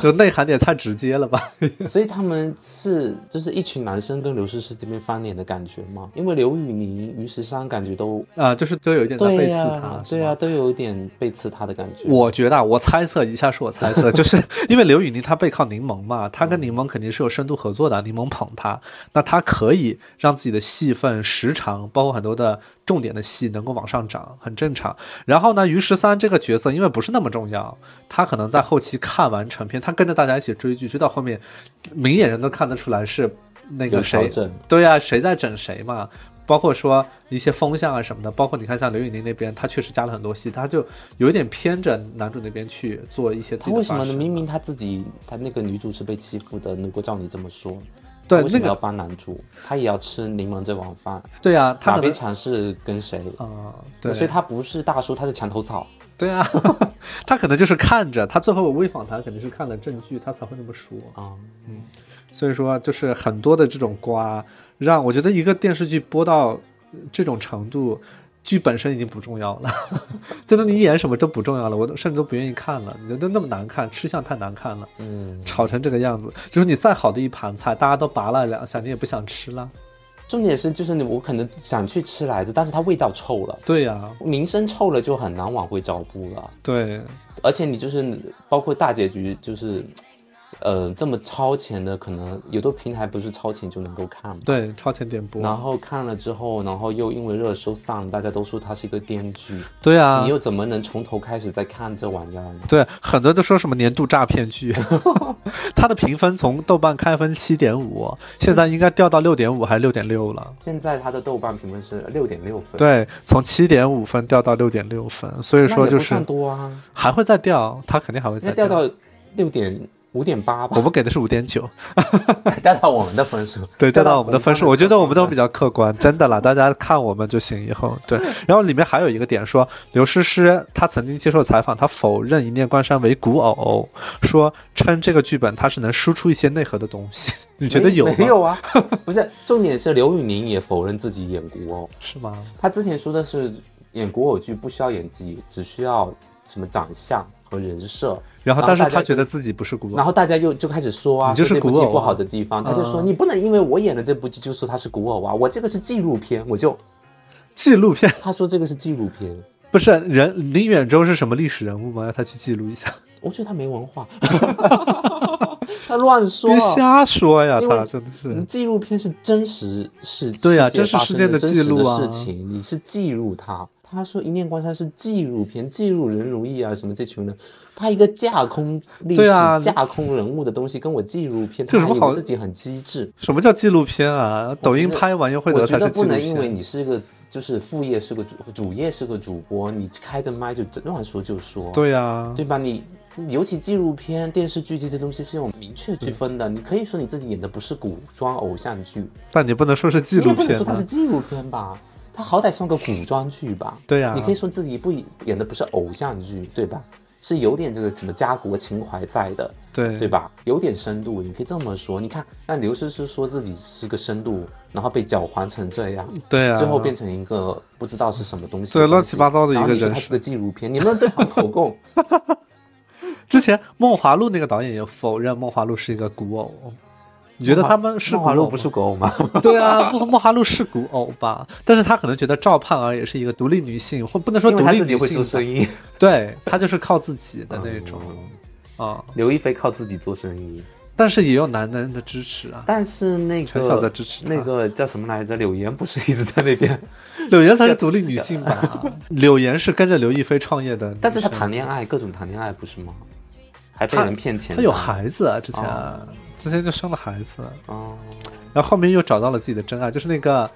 Speaker 3: 就内涵也太直接了吧？ [laughs]
Speaker 2: 所以他们是就是一群男生跟刘诗诗这边翻脸的感觉吗？因为刘宇宁、于时尚感觉都
Speaker 3: 啊，就是都有一点在
Speaker 2: 对
Speaker 3: 背刺
Speaker 2: 呀、
Speaker 3: 他，是
Speaker 2: 对呀、
Speaker 3: 吗
Speaker 2: 都有一点背刺他的感觉。
Speaker 3: 我觉得啊，我猜测一下，是我
Speaker 2: [laughs]
Speaker 3: 猜测，就是因为刘宇宁他背靠柠檬嘛，他跟柠檬肯定是有深度合作的，柠檬捧他，那他可以让自己的戏份时长，包括很多的重点的戏能够往上涨，很正常。然后呢，于十三这个角色因为不是那么重要，他可能在后期看完成片，他跟着大家一起追剧，追到后面，明眼人都看得出来是那
Speaker 2: 有
Speaker 3: 个
Speaker 2: 调
Speaker 3: 谁
Speaker 2: 整，
Speaker 3: 对啊，谁在整谁嘛？包括说一些风向啊什么的，包括你看像刘宇宁那边，他确实加了很多戏，他就有一点偏着男主那边去做一些
Speaker 2: 他
Speaker 3: 自己的
Speaker 2: 为什么
Speaker 3: 发
Speaker 2: 呢？
Speaker 3: 声
Speaker 2: 明明他自己他那个女主是被欺负的，如果照你这么说，
Speaker 3: 对
Speaker 2: 他为什
Speaker 3: 那
Speaker 2: 么要
Speaker 3: 个
Speaker 2: 帮男主？他也要吃柠檬这碗饭，
Speaker 3: 对啊，他
Speaker 2: 哪
Speaker 3: 可能
Speaker 2: 边强势跟谁？
Speaker 3: 啊、对，
Speaker 2: 所以他不是大叔，他是墙头草。
Speaker 3: 对啊， [laughs] 他可能就是看着他最后微访谈肯定是看了证据，他才会那么说。嗯
Speaker 2: 啊、
Speaker 3: 所以说，就是很多的这种瓜，让我觉得一个电视剧播到这种程度，剧本身已经不重要了， [laughs] 真的你演什么都不重要了，我都甚至都不愿意看了，你都那么难看，吃相太难看了，
Speaker 2: 嗯，
Speaker 3: 炒成这个样子，就是你再好的一盘菜，大家都拔了两下，你也不想吃了。
Speaker 2: 重点是就是你我可能想去吃来着，但是它味道臭了，
Speaker 3: 对呀、
Speaker 2: 名声臭了就很难往回找补了。
Speaker 3: 对，
Speaker 2: 而且你就是包括大结局，就是，呃，这么超前的，可能有的平台不是超前就能够看嘛。
Speaker 3: 对，超前点播，
Speaker 2: 然后看了之后，然后又因为热搜上，大家都说它是一个编剧，
Speaker 3: 对啊
Speaker 2: 你，又怎么能从头开始再看这玩意儿呢？
Speaker 3: 对，很多都说什么年度诈骗
Speaker 2: [laughs]
Speaker 3: 剧，它的评分从豆瓣开分七点五，现在应该掉到六点五还是六点六了。
Speaker 2: 现在它的豆瓣评分是六点六分，，
Speaker 3: 对，从七点五分掉到六点六分，所以说
Speaker 2: 那也
Speaker 3: 就
Speaker 2: 不算
Speaker 3: 是
Speaker 2: 多啊，
Speaker 3: 还会再掉，它肯定还会
Speaker 2: 那
Speaker 3: 再
Speaker 2: 掉到六点五点八吧
Speaker 3: 我，们给的是五
Speaker 2: [laughs]
Speaker 3: 点九，
Speaker 2: 掉到我们的分数，
Speaker 3: 对，掉到我们的分数，我觉得我们都比
Speaker 2: 较
Speaker 3: 较客观，真的啦，大家看我们就行。以后
Speaker 2: [laughs]
Speaker 3: 对，然后里面还有一个点说，刘诗诗她曾经接受采访，她否认《一念关山》为古偶，说称这个剧本它是能输出一些内核的东西。 [laughs] 你觉得有吗？
Speaker 2: 没有啊？不是，重点是刘宇宁也否认自己演哦古偶。
Speaker 3: 是吗？
Speaker 2: 他之前说的是演古偶剧不需要演技，只需要什么长相和人设。
Speaker 3: 然后，但是她觉
Speaker 2: 得，
Speaker 3: 得自己不是古
Speaker 2: 然
Speaker 3: 偶，
Speaker 2: 后大家又就开始说啊，
Speaker 3: 你就是
Speaker 2: 说这部
Speaker 3: 古偶
Speaker 2: 剧
Speaker 3: 啊
Speaker 2: 不好的地方，他就说、你不能因为我演的这部剧就说它是古偶啊，我这个是纪录片，我就
Speaker 3: 纪录片
Speaker 2: 他说这个是纪录片，
Speaker 3: 不是人林远洲是什么历史人物吗？让她去记录一下。
Speaker 2: 我觉得他没文化， [laughs] 他乱说
Speaker 3: [laughs] 别。瞎说呀！
Speaker 2: 因为嗯
Speaker 3: 他真的是，
Speaker 2: 纪录片是真实事，
Speaker 3: 对啊
Speaker 2: 世界
Speaker 3: 真实
Speaker 2: 发
Speaker 3: 事
Speaker 2: 生
Speaker 3: 件的
Speaker 2: 的
Speaker 3: 记录啊
Speaker 2: 真实的事情你是记录它。他说《一念关山》是纪录片，记录任如意啊什么这群人，他一个架空历史、
Speaker 3: 对啊
Speaker 2: 架空人物的东西，跟我纪录片，
Speaker 3: 这有
Speaker 2: 他
Speaker 3: 什
Speaker 2: 还
Speaker 3: 么
Speaker 2: 以
Speaker 3: 好
Speaker 2: 为自己很机智。
Speaker 3: 什么叫纪录片啊？抖音
Speaker 2: 觉得
Speaker 3: 拍完又会
Speaker 2: 我
Speaker 3: 得
Speaker 2: 觉
Speaker 3: 才
Speaker 2: 得
Speaker 3: 是纪
Speaker 2: 不
Speaker 3: 录
Speaker 2: 能因为
Speaker 3: 片。
Speaker 2: 你是个就是副业是个主主业是个主播，你开着麦就乱说就说，
Speaker 3: 对呀、
Speaker 2: 对吧？你尤其纪录片、电视剧这些东西是有明确区分的，你可以说你自己演的不是古装偶像剧，
Speaker 3: 但你不能说是纪
Speaker 2: 你也
Speaker 3: 录
Speaker 2: 不能
Speaker 3: 片
Speaker 2: 说它
Speaker 3: 啊
Speaker 2: 是。纪录片吧？它好歹算个古装剧吧？
Speaker 3: 对啊呀
Speaker 2: 你可以说自己不演的不是偶像剧，对吧？是有点这个什么家国情怀在的，
Speaker 3: 对
Speaker 2: 对吧？有点深度，你可以这么说。你看，那刘诗诗说自己是个深度，然后被搅黄成这样，
Speaker 3: 对啊呀
Speaker 2: 最后变成一个不知道是什么东西的东西，
Speaker 3: 对乱七八糟的一个
Speaker 2: 然后你说
Speaker 3: 人
Speaker 2: 它
Speaker 3: 设
Speaker 2: 是个纪录片，你们对号口
Speaker 3: [laughs]
Speaker 2: 供，
Speaker 3: 之前《梦华录》那个导演也否认《梦华录》是一个古偶。你觉得他们是
Speaker 2: 梦
Speaker 3: 古
Speaker 2: 华录不
Speaker 3: 偶吗
Speaker 2: 是古偶吗？
Speaker 3: 对啊，梦梦华录是古偶吧？但是他可能觉得赵盼儿也是一个独立女性，或不能说
Speaker 2: 因为
Speaker 3: 独
Speaker 2: 他
Speaker 3: 立
Speaker 2: 自己
Speaker 3: 女
Speaker 2: 会做
Speaker 3: 性
Speaker 2: 声
Speaker 3: 吧，
Speaker 2: 音，
Speaker 3: 对她就是靠自己的那种啊、
Speaker 2: [laughs] 刘亦菲靠自己做声音。
Speaker 3: 但是也有男人的支持啊。
Speaker 2: 但是那个
Speaker 3: 陈晓在支持他
Speaker 2: 那个叫什么来着？柳岩不是一直在那
Speaker 3: [laughs]
Speaker 2: 边，
Speaker 3: 柳岩才是独立女性吧？柳岩是跟着刘亦菲创业的女生，
Speaker 2: 但是她谈恋爱，各种谈恋爱不是吗？还被人骗钱，
Speaker 3: 他有孩子啊，之前、
Speaker 2: 哦
Speaker 3: 之前就生了孩子，
Speaker 2: 哦，
Speaker 3: 然后后面又找到了自己的真爱，就是那个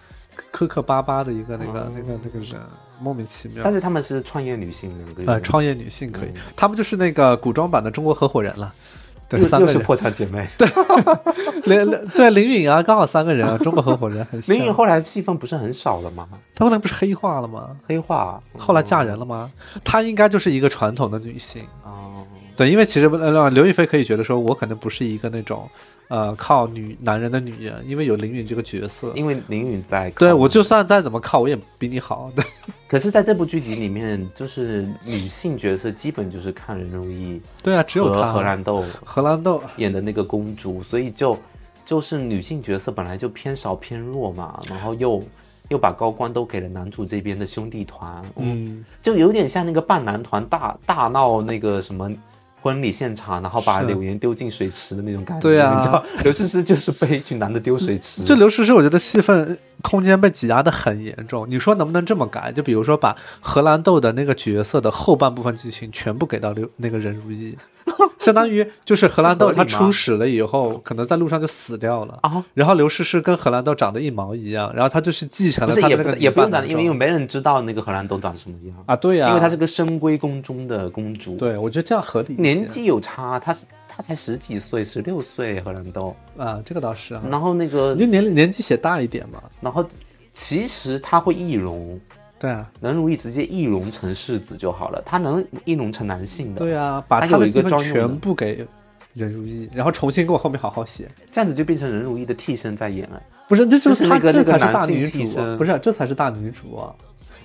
Speaker 3: 磕磕巴巴的一个那
Speaker 2: 哦
Speaker 3: 个、那个那个人，莫名其妙
Speaker 2: 但。是他们是创业女性两个人，
Speaker 3: 呃，创业女性可以
Speaker 2: 嗯，
Speaker 3: 他们就是那个古装版的中国合伙人了，对，
Speaker 2: 又
Speaker 3: 三
Speaker 2: 又
Speaker 3: 个
Speaker 2: 是
Speaker 3: 人，
Speaker 2: 破产姐
Speaker 3: [laughs]
Speaker 2: 妹。
Speaker 3: 林林对林允啊，刚好三个人啊，中国合伙人很
Speaker 2: [laughs]
Speaker 3: 像。
Speaker 2: 林颖后来戏份不是很少了吗？
Speaker 3: 她后来不是黑化了吗？
Speaker 2: 黑化
Speaker 3: 后来嫁人了吗？她应该就是一个传统的女性，
Speaker 2: 哦，
Speaker 3: 对，因为其实呃，刘亦菲可以觉得说，我可能不是一个那种呃靠女男人的女人，因为有林允这个角色，
Speaker 2: 因为林允在
Speaker 3: 对
Speaker 2: 靠
Speaker 3: 我就算再怎么靠，我也比你好。对，
Speaker 2: 可是在这部剧集里面，就是女性角色基本就是看人容易
Speaker 3: 对啊，只有
Speaker 2: 和
Speaker 3: 她
Speaker 2: 荷兰嗯豆
Speaker 3: 荷兰豆，
Speaker 2: 演的那个公主，所以就就是女性角色本来就偏少偏弱嘛，然后又又把高光都给了男主这边的兄弟团，嗯，
Speaker 3: 嗯，
Speaker 2: 就有点像那个伴郎团大大闹那个什么。婚礼现场，然后把
Speaker 3: 是
Speaker 2: 柳岩丢进水池的那种感觉，
Speaker 3: 对啊嗯
Speaker 2: 你知道刘诗诗就是被一群男的丢水池，
Speaker 3: 就刘诗诗，我觉得戏份空间被挤压的很严重。你说能不能这么改？就比如说把荷兰豆的那个角色的后半部分剧情全部给到刘那个任如意，相当于就是荷兰豆
Speaker 2: [laughs] 这合
Speaker 3: 她
Speaker 2: 理吗
Speaker 3: 出屎了以后，可能在路上就死掉了。
Speaker 2: 啊，
Speaker 3: 然后刘诗诗跟荷兰豆长得一毛一样，然后她就是继承
Speaker 2: 不
Speaker 3: 了
Speaker 2: 是
Speaker 3: 她
Speaker 2: 也
Speaker 3: 的那
Speaker 2: 不
Speaker 3: 个
Speaker 2: 也不用
Speaker 3: 女扮
Speaker 2: 讲，
Speaker 3: 男
Speaker 2: 因为因为
Speaker 3: 装
Speaker 2: 没人知道那个荷兰豆长什么样，
Speaker 3: 啊，对呀、
Speaker 2: 因为她是个深闺宫中的公主，，
Speaker 3: 对，啊我觉得这样合理一些。
Speaker 2: 年纪有差，她是她才十几岁，十六岁荷兰豆，
Speaker 3: 啊，这个倒是啊，
Speaker 2: 然后那个
Speaker 3: 你就年龄年纪写大一点嘛。
Speaker 2: 然后其实她会易容，
Speaker 3: 对啊，
Speaker 2: 能如意直接易容成世子就好了，她能易容成男性的，
Speaker 3: 对啊，把
Speaker 2: 她
Speaker 3: 她
Speaker 2: 有
Speaker 3: 的
Speaker 2: 一
Speaker 3: 戏
Speaker 2: 个
Speaker 3: 份
Speaker 2: 专用
Speaker 3: 全
Speaker 2: 的
Speaker 3: 部给任如意，然后重新给我后面好好写。
Speaker 2: 这样子就变成任如意的替身在演了，
Speaker 3: 不是，这就
Speaker 2: 就是
Speaker 3: 她
Speaker 2: 那个
Speaker 3: 这才
Speaker 2: 那个
Speaker 3: 是大
Speaker 2: 男性
Speaker 3: 女
Speaker 2: 替
Speaker 3: 主啊，
Speaker 2: 身
Speaker 3: 不是，这才是大女主啊。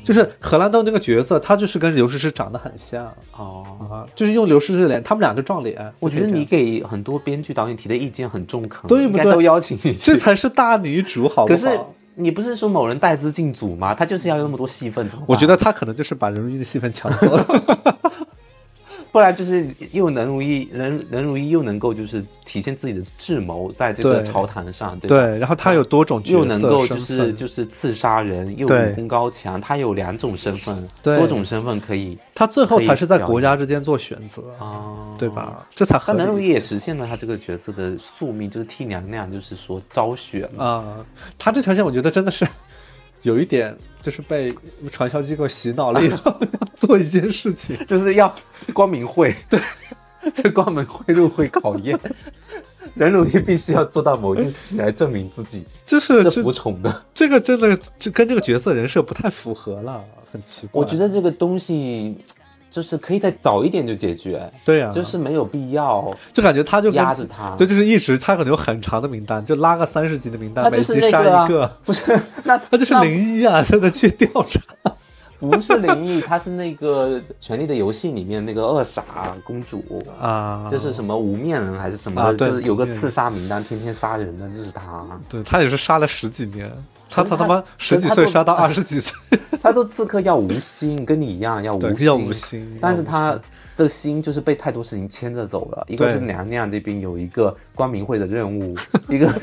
Speaker 3: 就是荷兰豆那个角色，她就是跟刘诗诗长得很像
Speaker 2: 哦。
Speaker 3: 啊，就是用刘诗诗脸，他们俩就撞脸。
Speaker 2: 我
Speaker 3: 就
Speaker 2: 觉得
Speaker 3: 可以这
Speaker 2: 你
Speaker 3: 样
Speaker 2: 给很多编剧导演提的意见很中肯，
Speaker 3: 对
Speaker 2: 应
Speaker 3: 不
Speaker 2: 该
Speaker 3: 对
Speaker 2: 都邀请你去
Speaker 3: 这。才是大女主，好不
Speaker 2: 可是
Speaker 3: 好？
Speaker 2: 你不是说某人带资进组吗？他就是要有那么多戏份，怎么办
Speaker 3: 我觉得她可能就是把任如意的戏份抢走了。
Speaker 2: 不然就是又能如意，能能如意又能够就是体现自己的智谋在这个
Speaker 3: 对
Speaker 2: 朝堂上， [laughs] 对吧
Speaker 3: 对，然后她有多种角色
Speaker 2: 又能够就
Speaker 3: 身
Speaker 2: 是
Speaker 3: 份
Speaker 2: 就是刺杀人，又
Speaker 3: 对
Speaker 2: 武功高强，他有两种身份，
Speaker 3: 对
Speaker 2: 多种身份可以
Speaker 3: 他最后
Speaker 2: 可以
Speaker 3: 才是在
Speaker 2: 表
Speaker 3: 国
Speaker 2: 演
Speaker 3: 家之间做选择，
Speaker 2: 啊，
Speaker 3: 对？吧？这才合
Speaker 2: 但
Speaker 3: 理
Speaker 2: 能如意哦也
Speaker 3: 一些。
Speaker 2: 实现了他这个角色的宿命，就是替娘娘，就是说昭雪嘛。
Speaker 3: 啊，他这条线我觉得真的是有一点，就是被传销机构洗脑了以
Speaker 2: [laughs]
Speaker 3: 后要做一件事情。
Speaker 2: [laughs] 就是要光明会， [laughs] 对，这光明会入会考验， [laughs] 任如意必须要做到某件事情来证明自己
Speaker 3: 就是
Speaker 2: 是
Speaker 3: 这
Speaker 2: 服从的。
Speaker 3: 这个真的这跟这个角色人设不太符合了，很奇怪。
Speaker 2: 我觉得这个东西就是可以再早一点就解决，
Speaker 3: 对啊，
Speaker 2: 就是没有必要。
Speaker 3: 就感觉他就跟
Speaker 2: 压着他
Speaker 3: 对，就是一直他可能有很长的名单，就拉个三十集的名单，
Speaker 2: 他就是
Speaker 3: 每集
Speaker 2: 那
Speaker 3: 杀
Speaker 2: 个、
Speaker 3: 一
Speaker 2: 啊
Speaker 3: 个，，
Speaker 2: 不是那 [laughs]
Speaker 3: 他就是
Speaker 2: 那
Speaker 3: 零一啊，真的去调查。
Speaker 2: 不是灵异，他是那个《权力的游戏》里面那个二傻公主。
Speaker 3: 啊，
Speaker 2: 就是什么无面人还是什么，
Speaker 3: 啊对
Speaker 2: 就是有个
Speaker 3: 无面人
Speaker 2: 刺杀名单，天天杀人的就是他。
Speaker 3: 对他也是杀了十几年，他
Speaker 2: 可是
Speaker 3: 从他
Speaker 2: 他
Speaker 3: 妈十
Speaker 2: 可是
Speaker 3: 几
Speaker 2: 他
Speaker 3: 岁
Speaker 2: 做哎
Speaker 3: 杀到二十几岁， [laughs]
Speaker 2: 他做刺客要无心，跟你一样要无
Speaker 3: 对
Speaker 2: 心，
Speaker 3: 要无心
Speaker 2: 但是
Speaker 3: 要无
Speaker 2: 他
Speaker 3: 心
Speaker 2: 这个心就是被太多事情牵着走了，一个
Speaker 3: 对
Speaker 2: 是娘娘这边有一个光明会的任务， [laughs] 一个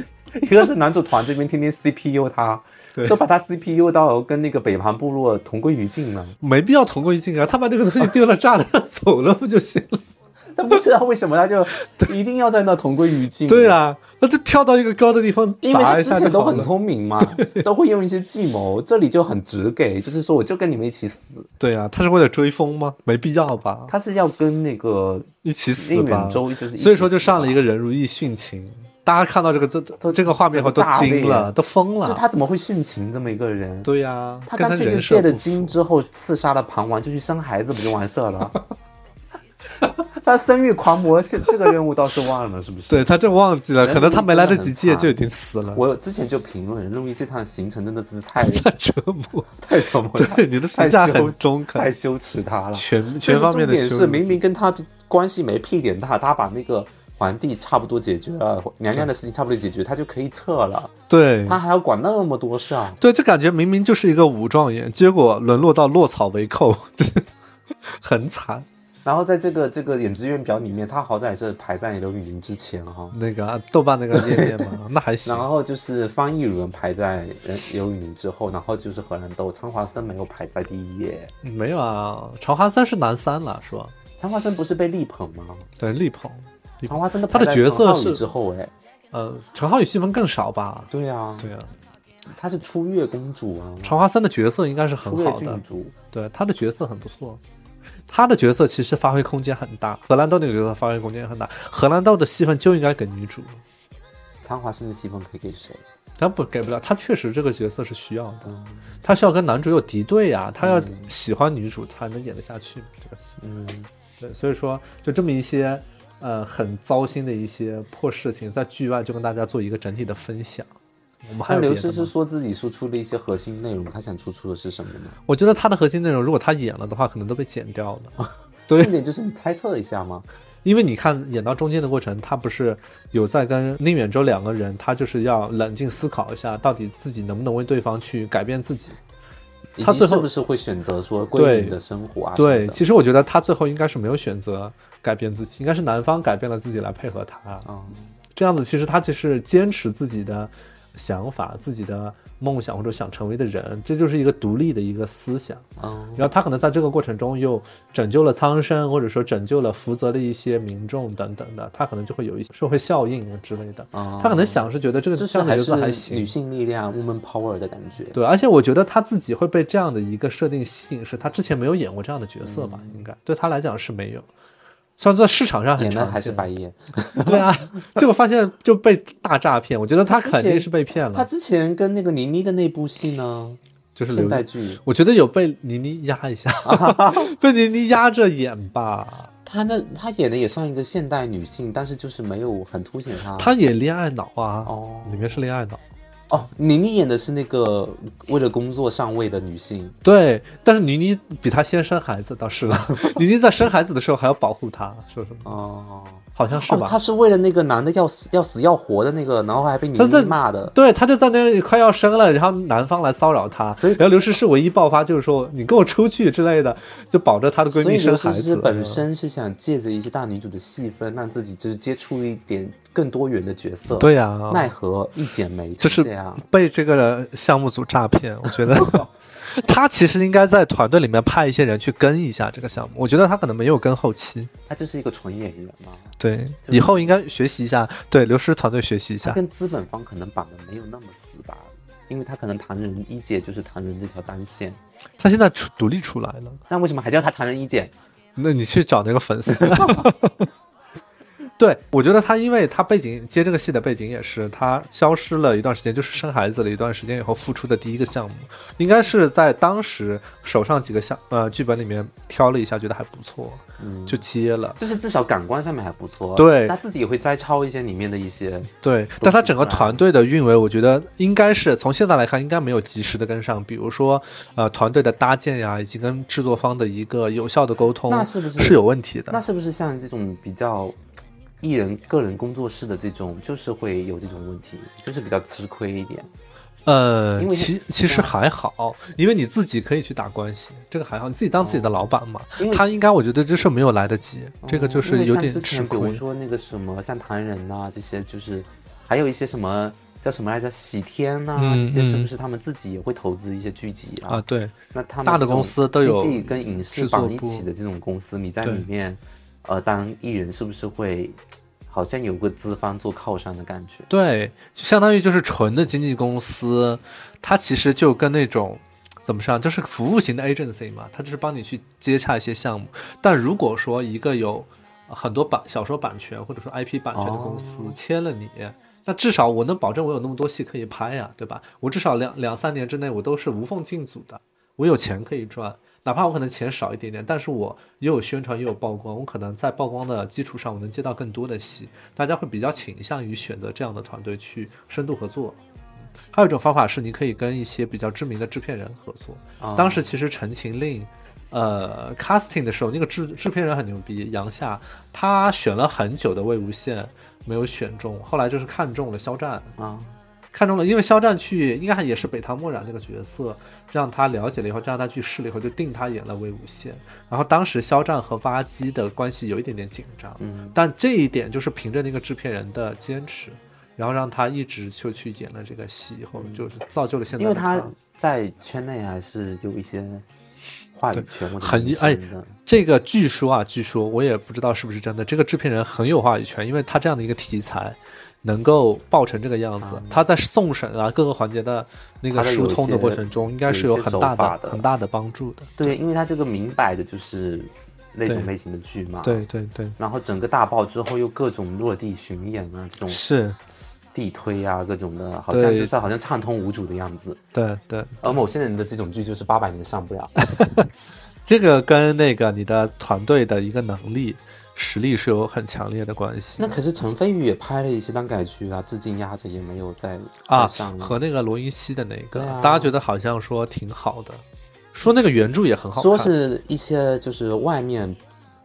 Speaker 2: 一个是男主团这边天天 CPU 他
Speaker 3: 对，
Speaker 2: 都把他 CPU 到跟那个北盘部落同归于尽了。
Speaker 3: 没必要同归于尽啊！他把这个东西丢了 [laughs] 炸了走了不就行了？
Speaker 2: 他不知道为什么
Speaker 3: [laughs]
Speaker 2: 他就一定要在那同归于尽。
Speaker 3: 对。啊，那就跳到一个高的地方
Speaker 2: 嗯因为
Speaker 3: 砸
Speaker 2: 他
Speaker 3: 一
Speaker 2: 之
Speaker 3: 下就
Speaker 2: 前都
Speaker 3: 好
Speaker 2: 很
Speaker 3: 了。
Speaker 2: 聪明嘛， [laughs] 都会用一些计谋，这里就很直给，就是说我就跟你们一起死。
Speaker 3: 对啊，他是为了追风吗？没必要吧，
Speaker 2: 他是要跟那个
Speaker 3: 一起死
Speaker 2: 宁
Speaker 3: 吧
Speaker 2: 远。州，就是一起
Speaker 3: 所以说就
Speaker 2: 死
Speaker 3: 上了
Speaker 2: 吧
Speaker 3: 一个人如意殉情，大家看到这个这这
Speaker 2: 都
Speaker 3: 这个画面后都
Speaker 2: 这个炸
Speaker 3: 惊
Speaker 2: 裂
Speaker 3: 了，都疯
Speaker 2: 就
Speaker 3: 了。
Speaker 2: 他怎么会殉情这么一个人？
Speaker 3: 对呀，
Speaker 2: 他
Speaker 3: 跟
Speaker 2: 干脆
Speaker 3: 人
Speaker 2: 就
Speaker 3: 设
Speaker 2: 借了
Speaker 3: 不
Speaker 2: 精
Speaker 3: 符
Speaker 2: 之后刺杀了庞王，就去生孩子，不就完事儿了？
Speaker 3: [laughs]
Speaker 2: 他生育狂魔，现这个任务倒是忘了，是不是？
Speaker 3: 对他这忘记了，
Speaker 2: 人
Speaker 3: 可能
Speaker 2: 如
Speaker 3: 他
Speaker 2: 意
Speaker 3: 没
Speaker 2: 真
Speaker 3: 来
Speaker 2: 的
Speaker 3: 得
Speaker 2: 很
Speaker 3: 及戒
Speaker 2: 惨
Speaker 3: 就已经死了。
Speaker 2: 我之前就评论，路易这趟行程真的是太 [laughs]
Speaker 3: 他折磨，
Speaker 2: 太折 [laughs] 磨他，
Speaker 3: 对你的
Speaker 2: 太
Speaker 3: 评价
Speaker 2: 羞
Speaker 3: 很中肯
Speaker 2: 太羞耻他了。
Speaker 3: 全
Speaker 2: 这
Speaker 3: 全
Speaker 2: 个
Speaker 3: 方面的
Speaker 2: 重点
Speaker 3: 羞
Speaker 2: 是，
Speaker 3: 辱
Speaker 2: 明
Speaker 3: 自
Speaker 2: 明跟他关系没屁点大，他把那个皇帝差不多解决了，娘娘的事情差不多解决，他就可以撤了，
Speaker 3: 对
Speaker 2: 他还要管那么多事啊？
Speaker 3: 对，这感觉明明就是一个武状元，结果沦落到落草为寇，就是很惨。
Speaker 2: 然后在这个这个演职员表里面，他好歹是排在刘宇宁之前哈、
Speaker 3: 那个豆瓣那个页面嘛，那还行
Speaker 2: 然。后就是方逸伦排在呃刘宇宁之后，然后就是荷兰豆，苍华森没有排在第一页，
Speaker 3: 没有啊，常华三是男三了，是吧？
Speaker 2: 长华生不是被力捧吗？
Speaker 3: 对，力捧。力
Speaker 2: 长华生的
Speaker 3: 他的
Speaker 2: 排在
Speaker 3: 角
Speaker 2: 陈
Speaker 3: 色
Speaker 2: 浩宇
Speaker 3: 是
Speaker 2: 之后，哎，
Speaker 3: 呃，陈浩宇戏份更少吧？
Speaker 2: 对啊，
Speaker 3: 对啊，
Speaker 2: 她是初月公主啊，
Speaker 3: 传花三的角色应该是很
Speaker 2: 初月
Speaker 3: 好的
Speaker 2: 郡，主，
Speaker 3: 对他的角色很不错，他的角色其实发挥空间很大。荷兰豆那个角色发挥空间很大，荷兰豆的戏份就应该给女主，
Speaker 2: 长华生的戏份可以给谁？
Speaker 3: 咱不给不了。他确实这个角色是需要的，他需要跟男主有敌对呀、他要喜欢女主才能演得下去这个戏。
Speaker 2: 嗯，
Speaker 3: 对，所以说就这么一些呃很糟心的一些破事情，在剧外就跟大家做一个整体的分享。我们还
Speaker 2: 那
Speaker 3: 有别
Speaker 2: 刘
Speaker 3: 的
Speaker 2: 诗诗
Speaker 3: 吗？
Speaker 2: 说自己输出的一些核心内容，她想输出的是什么呢？
Speaker 3: 我觉得他的核心内容，如果他演了的话，可能都被剪掉了。
Speaker 2: 哦重点就是你猜测一下嘛。
Speaker 3: 因为你看演到中间的过程，他不是有在跟宁远舟两个人，他就是要冷静思考一下，到底自己能不能为对方去改变自己。
Speaker 2: 以
Speaker 3: 她
Speaker 2: 及
Speaker 3: 最后
Speaker 2: 是不是会选择说归
Speaker 3: 对
Speaker 2: 你的生活啊？
Speaker 3: 对，
Speaker 2: 什
Speaker 3: 其实我觉得他最后应该是没有选择改变自己，应该是男方改变了自己来配合他。
Speaker 2: 么
Speaker 3: 这样子其实他就是坚持自己的想法、自己的梦想或者想成为的人，这就是一个独立的一个思想。
Speaker 2: 的，嗯
Speaker 3: 然后他可能在这个过程中又拯救了苍生，或者说拯救了福泽的一些民众等等的，他可能就会有一些社会效应啊之类的。
Speaker 2: 嗯，
Speaker 3: 他可能想是觉得这个
Speaker 2: 就是
Speaker 3: 这样的
Speaker 2: 还
Speaker 3: 角色还
Speaker 2: 是女
Speaker 3: 行，
Speaker 2: 性力量 woman power 的感觉。
Speaker 3: 对，而且我觉得他自己会被这样的一个设定吸引，是他之前没有演过这样的角色吧？应该对他来讲是没有。虽然在市场上很
Speaker 2: 演
Speaker 3: 常
Speaker 2: 的
Speaker 3: 见，
Speaker 2: 还是白眼，[laughs]
Speaker 3: 对啊，结果发现就被大诈骗。我觉得他肯定是被骗
Speaker 2: 他
Speaker 3: 了，
Speaker 2: 之前跟那个倪妮的那部戏呢，
Speaker 3: 就是
Speaker 2: 现
Speaker 3: 刘
Speaker 2: 代剧，
Speaker 3: 我觉得有被倪妮压
Speaker 2: [laughs]
Speaker 3: 一下，被倪妮压着演吧。
Speaker 2: 她那她演的也算一个现代女性，但是就是没有很凸显她。
Speaker 3: [laughs] 他演恋爱脑啊，
Speaker 2: 哦
Speaker 3: 里面是恋爱脑。
Speaker 2: 哦，倪妮演的是那个为了工作上位的女性，
Speaker 3: 对，但是倪妮比他先生孩子倒
Speaker 2: [laughs]
Speaker 3: 是了，倪妮在生孩子的时候还要保护他，说什么？
Speaker 2: 哦，
Speaker 3: 好像是
Speaker 2: 哦
Speaker 3: 吧？
Speaker 2: 她是为了那个男的要死要死要活的那个，然后还被倪
Speaker 3: 她在
Speaker 2: 妮骂的。
Speaker 3: 对，他就在那里快要生了，然后男方来骚扰她，
Speaker 2: 所以
Speaker 3: 然后刘诗诗唯一爆发就是说你跟我出去之类的，就保着她的闺
Speaker 2: 所
Speaker 3: 蜜
Speaker 2: 以
Speaker 3: 生
Speaker 2: 刘
Speaker 3: 孩
Speaker 2: 诗
Speaker 3: 子
Speaker 2: 诗。
Speaker 3: 嗯
Speaker 2: 本身是想借着一些大女主的戏份，让自己就是接触一点更多元的角色。
Speaker 3: 对呀、
Speaker 2: 奈何一剪梅
Speaker 3: 就
Speaker 2: 成
Speaker 3: 是
Speaker 2: 这样。
Speaker 3: 被这个项目组诈骗，我
Speaker 2: [laughs]
Speaker 3: 觉得他其实应该在团队里面派一些人去跟一下这个项目。我觉得他可能没有跟后期，
Speaker 2: 他就是一个纯演员嘛，
Speaker 3: 对，以后应该学习一下，对刘诗团队学习一
Speaker 2: 他
Speaker 3: 下。
Speaker 2: 跟资本方可能绑的没有那么死吧，因为他可能唐人一姐就是唐人这条单线，
Speaker 3: 他现在出独立出来了，
Speaker 2: 那为什么还叫他唐人一姐？
Speaker 3: 那你去找那个粉丝。对，我觉得他，因为他背景接这个戏的背景也是他消失了一段时间，就是生孩子了一段时间以后复出的第一个项目，应该是在当时手上几个项呃剧本里面挑了一下，觉得还不错，
Speaker 2: 嗯，
Speaker 3: 就接了。
Speaker 2: 就是至少感官上面还不错，
Speaker 3: 对
Speaker 2: 他自己也会摘抄一些里面的一些，
Speaker 3: 对，但他整个团队的运维，我觉得应该是从现在来看，应该没有及时的跟上，比如说呃团队的搭建呀，以及跟制作方的一个有效的沟通，
Speaker 2: 那是不是
Speaker 3: 哦是有问题的？
Speaker 2: 那是不是像这种比较艺人个人工作室的这种，就是会有这种问题，就是比较吃亏一点。
Speaker 3: 呃
Speaker 2: 因，为嗯
Speaker 3: 其其实还好，因为你自己可以去打关系，这个还好，你自己当自己的老板嘛。
Speaker 2: 因为
Speaker 3: 他应该，我觉得这是没有来得及，这个
Speaker 2: 嗯
Speaker 3: 就
Speaker 2: 因
Speaker 3: 是
Speaker 2: 为
Speaker 3: 有
Speaker 2: 像
Speaker 3: 点
Speaker 2: 之
Speaker 3: 吃
Speaker 2: 前比
Speaker 3: 亏
Speaker 2: 如。说那个什么，像唐人呐、这些，就是还有一些什么叫什么来着，喜天呐、
Speaker 3: 嗯
Speaker 2: 这些是
Speaker 3: 嗯
Speaker 2: 不是他们自己也会投资一些剧集啊？
Speaker 3: 啊，对，
Speaker 2: 那他们
Speaker 3: 大的
Speaker 2: 这种
Speaker 3: 公司都有
Speaker 2: 经纪跟影视
Speaker 3: 制作
Speaker 2: 绑一
Speaker 3: 部
Speaker 2: 起的这种公司，你在
Speaker 3: 对
Speaker 2: 里面，呃，当艺人是不是会好像有个资方做靠山的感觉？
Speaker 3: 对，就相当于就是纯的经纪公司，它其实就跟那种怎么上，就是服务型的 agency 嘛，它就是帮你去接洽一些项目。但如果说一个有很多版小说版权或者说 IP 版权的公司
Speaker 2: 哦
Speaker 3: 签了你。那至少我能保证我有那么多戏可以拍呀、对吧？我至少两两三年之内我都是无缝进组的，我有钱可以赚，哪怕我可能钱少一点点，但是我又有宣传又有曝光，我可能在曝光的基础上我能接到更多的戏，大家会比较倾向于选择这样的团队去深度合作。还有一种方法是，你可以跟一些比较知名的制片人合作。
Speaker 2: 啊
Speaker 3: 当时其实《陈情令》呃 casting 的时候，那个制制片人很牛逼，杨夏，他选了很久的魏无羡没有选中，后来就是看中了肖战，
Speaker 2: 啊，
Speaker 3: 看中了，因为肖战去应该还也是北唐墨染那个角色，让他了解了以后，让他去试了以后，就定他演了魏无羡。然后当时肖战和挖机的关系有一点点紧张，
Speaker 2: 嗯，
Speaker 3: 但这一点就是凭着那个制片人的坚持，然后让他一直就去演了这个戏，以后就是造就了现在
Speaker 2: 因为
Speaker 3: 的
Speaker 2: 他在圈内还是有一些话语权或者
Speaker 3: 很
Speaker 2: 名声
Speaker 3: 哎
Speaker 2: 的
Speaker 3: 这个据说啊，据说我也不知道是不是真的。这个制片人很有话语权，因为他这样的一个题材能够爆成这个样子，他在送审啊各个环节的那个
Speaker 2: 他的有
Speaker 3: 疏通的
Speaker 2: 些
Speaker 3: 过程中，应该是
Speaker 2: 有一些
Speaker 3: 很
Speaker 2: 手
Speaker 3: 大
Speaker 2: 法
Speaker 3: 的
Speaker 2: 的
Speaker 3: 很大的帮助的。
Speaker 2: 对，因为它这个明摆着就是那种
Speaker 3: 对
Speaker 2: 类型的剧嘛。
Speaker 3: 对。对对，
Speaker 2: 然后整个大爆之后又各种落地巡演啊，这种
Speaker 3: 是，
Speaker 2: 地推啊，各种的，好像
Speaker 3: 对
Speaker 2: 就是好像畅通无阻的样子。
Speaker 3: 对对，
Speaker 2: 而某些人的这种剧就是八百年上不了。
Speaker 3: 这个跟那个你的团队的一个能力、实力是有很强烈的关系
Speaker 2: 那可是陈飞宇也拍了一些耽改剧啊，至今压着也没有在在
Speaker 3: 啊
Speaker 2: 上。。
Speaker 3: 和那个罗云熙的那个，
Speaker 2: 对啊
Speaker 3: 大家觉得好像说挺好的，说那个原著也很好看，
Speaker 2: 说是一些就是外面，